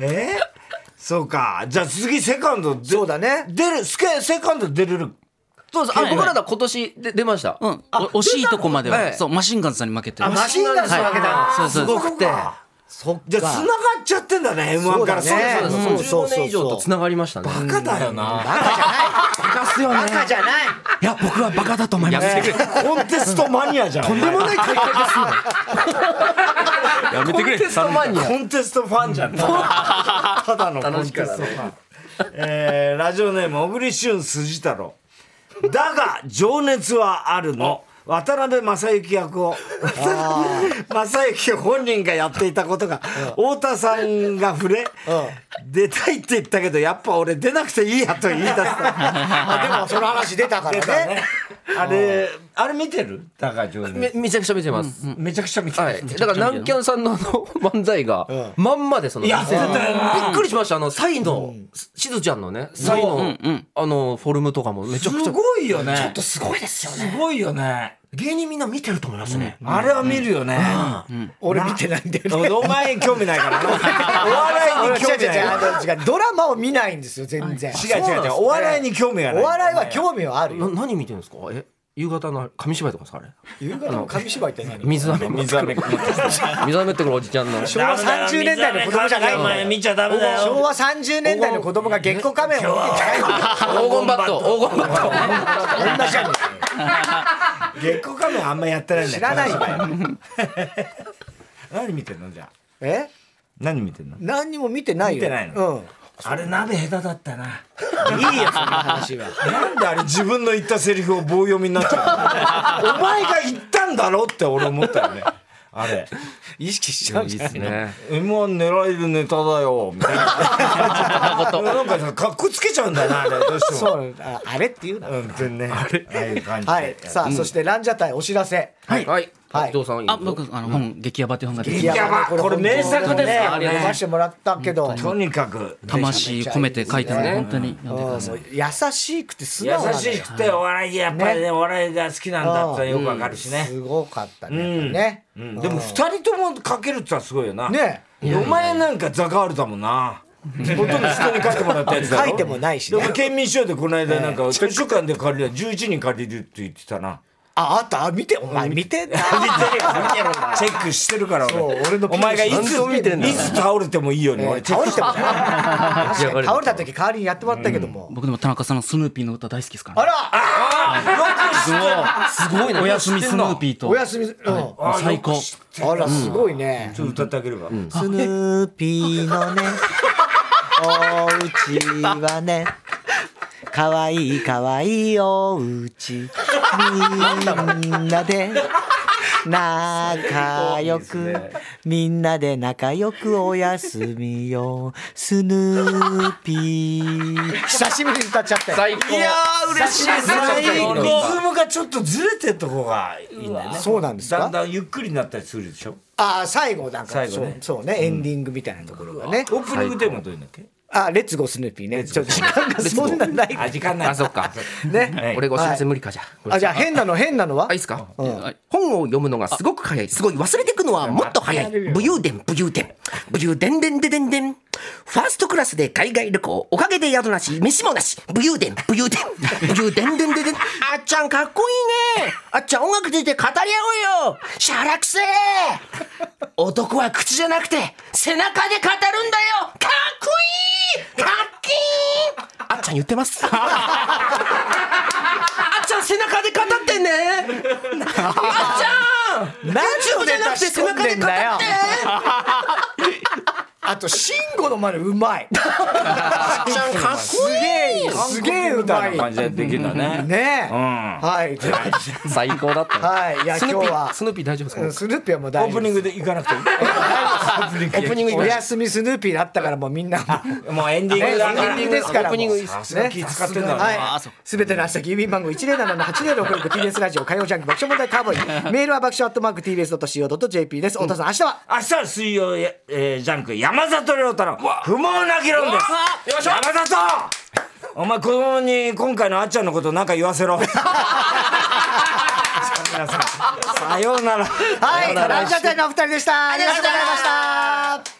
S2: えそうかじゃあ次セカンドで
S1: そうだね
S2: 出るスケセカンド出れる
S6: そうです。あ、僕らだ今年で出ました。
S3: うん。お惜しいとこまで
S6: は
S3: は。
S6: い
S3: そう、マシンガンズさんに負けてる。
S1: マシンガンズさん負けたんだ
S3: はいそう
S6: す
S3: そうそう
S6: ごくて。そっ
S2: じゃあ繋がっちゃってんだね M1 から
S1: そうだね
S2: そうだ
S1: そうそ
S6: そう
S1: そう
S6: う15年以上と繋がりましたね。
S2: バカだよな
S1: バカじゃない
S6: いや、僕はバカだと思いま
S3: やめてくれ。
S2: コンテストマニアじゃんとんでもない
S3: やめてくれ。
S2: コンテストファンじゃんただのコンテストファン、えーラジオネーム小栗旬筋太郎だが情熱はあるの渡辺正行役を渡辺正行本人がやっていたことが太田さんが触れ出たいって言ったけどやっぱ俺出なくていいやと言い出した
S1: あでもその話出たからね
S2: あれあれ見てるだが情
S6: め
S2: 熱
S6: めちゃくちゃ見てます。
S2: めちゃくちゃ見てる、
S6: はい。だから、南キャンさんのあの漫才が、まんまでその、
S2: やってたよな
S6: びっくりしました。あの、サイの、しずちゃんのね、サイの、あの、フォルムとかもめちゃくち
S2: す
S6: ゃ。
S2: ごいよねちょっ
S6: とすごいですよね。
S2: すごいよね
S6: 芸人みんな見てると思いますね。
S2: あれは見るよね。
S1: 俺見てないんだよね
S2: お前興味ないからな。お笑いに興
S1: 違う
S2: 味
S1: 違う違う
S2: な
S1: あ
S2: い。
S1: の違うドラマを見ないんですよ全然
S2: 違う違う違う。お笑いに興味がない。
S1: お笑いは興味はある
S6: な
S1: よ
S6: 何見てるんですかえ夕方の紙芝居とかですかあれ
S1: 夕方の紙芝居って何
S6: 水飴水飴水飴ってこるおじちゃんの
S1: 昭和30年代の子供じゃないん
S2: お
S1: だ
S2: 前
S1: よ
S2: 見ちゃダメだ
S1: 昭
S2: よ。
S1: 和30年代の子供が月光仮面を見てないんだよ
S6: 黄金バット黄金バット
S1: 同じじゃね
S2: 月光仮面あんまやってないんだ
S1: え知
S2: よ。
S1: らないんだよ
S2: 何見てんのじゃあ。
S1: え
S2: 何見てんの
S1: 何にも見てないよ
S2: 見てない
S1: うん
S2: あれ鍋下手だったな。いいよ、その話は。 なんであれ自分の言ったセリフを棒読みになっちゃう のお前が言ったんだろって俺思ったよね。あれ。
S1: 意識しちゃうんじゃない
S6: ね
S2: M1 狙えるネタだよ、みたいな。 なんかさ、かっこつけちゃうんだよな、あ れ。どうしても。
S1: そうああれっていうな
S2: うん、全然。あいう感じで。
S1: はいさあそしてランジャタイお知らせ
S6: はいはい
S1: はい
S6: 伊藤さん
S3: あ、僕、あの、本、激ヤバっていう本が出てき
S1: や
S3: て、
S2: ばこれ名作です
S1: ね
S2: から
S3: ね
S1: 読ませてもらったけど
S2: とにかく、
S3: 魂込めて書いたので、本当に読んでください。
S1: うん優しくて素
S2: 優
S1: 直なんだよ
S2: しくてお笑い、やっぱりね、お笑いが好きなんだってよくわかるしね。
S1: すごかったねやっぱ
S2: う
S1: りね
S2: んでも二人とも書けるってのはすごいよな。
S1: ね
S2: お前なんかザガールだもんな。ほとんど人に書いてもらったやつだろ
S1: 書いてもないし
S2: で
S1: ね
S2: も県民賞でこの間なんか図書館で借りる11人借りるって言ってたな。
S1: ああったあ見てお前見てんだ
S2: チェックしてるから
S1: そう
S2: 俺。
S1: 俺の
S2: お前がいつ、い
S6: ちゃんと見てんだ
S2: つ倒れてもいい ように俺チェッ
S1: 倒
S2: ク
S1: れ
S2: してて
S1: もない
S6: いやこれ
S1: 倒れた時代わりにやってもらったけども
S3: 僕でも田中さんのスヌーピーの歌大好きですから
S1: あ
S3: ね。
S1: ら
S6: すごいな
S3: お やすみスヌーピーと
S1: お、やすみうん
S2: あー
S3: 最高
S2: よく知って
S1: あらすごいね
S2: ちょっと歌ってあげれば。
S1: スヌーピーのね、おうちはね、かわいいかわいいおうち、みんなで、仲良く、みんなで仲良くおやすみよ、スヌーピー。久しぶりに歌っちゃったよ。
S6: 最高いやー嬉しいです
S2: 最
S6: 最
S2: 高
S6: 高
S2: リズムがちょっとずれてるとこがいいんだよね。
S1: そうなんですか
S2: だんだんゆっくりになったりするでしょ。
S1: ああ、最後なんか、
S2: 最後ね
S1: そうそうね、エンディングみたいなところがね。
S2: オープニングテーマどういうんだっけ？
S1: あ、レッツゴースヌーピーね。ちょっと時間がそんなない
S2: あ時間ない。
S6: あそっか
S1: ね。
S6: 俺がお知らせ無理かじゃあ
S1: あ、じゃあ変なの変なのは
S6: あいいっすか、
S3: はい
S6: 本を読むのがすごく早いすごい忘れていくのはもっと早い武勇伝武勇伝武勇伝伝伝伝伝ファーストクラスで海外旅行おかげで宿なし飯もなし武勇伝武勇伝武勇伝伝伝伝
S4: あっちゃんかっこいいねあっちゃん音楽について語り合おうよシャラくせえ男は口じゃなくて背中で語るんだよかっこいいかっけえ
S6: あっちゃん言ってます
S4: あっちゃん背中で語ってねあっちゃん
S1: 何を
S4: YouTube じ
S1: ネ
S4: ゃな
S1: タ
S4: くて
S1: 仕
S4: 背
S1: 込ん
S4: 中
S1: でん
S4: で語っ
S1: だ
S4: て
S1: よあと慎吾のまでうまい
S4: っちゃんかっこいい
S1: すげえ歌だ
S2: 感じでできるんだね。
S1: ねえ、
S2: うん
S1: はいということで
S3: 最高だった。
S1: はいいや
S6: ス
S1: 今
S6: ヌ
S1: 日
S6: ーピ
S1: は
S6: ー、スヌーピー大丈夫
S1: うん
S6: です
S1: スヌーピーはもう
S2: オ
S1: 大
S2: ー
S1: 丈
S2: プ
S1: 夫
S2: ニングで行かなくていい。オープニング
S1: お休みスヌーピーだったからもうみんな
S2: で。もうエンディングだから。
S1: エンディングですから
S2: オープニングさすが
S1: ね
S2: 気使ってんだね。
S1: はい。すべての足先郵便番号一零七の八零六六 TBS ラジオ火曜ジャンク爆笑問題カーボーイ。メールは爆笑アットマーク TBS ドット CO ドット JP です。太田さん明日は
S2: 明日は水曜えージャンク山里亮太の不毛な議論です山里お前子供に今回のあっちゃんのことなんか言わせろさようなら
S1: はい。ランジャタイのお二人でした。ありがとうございました。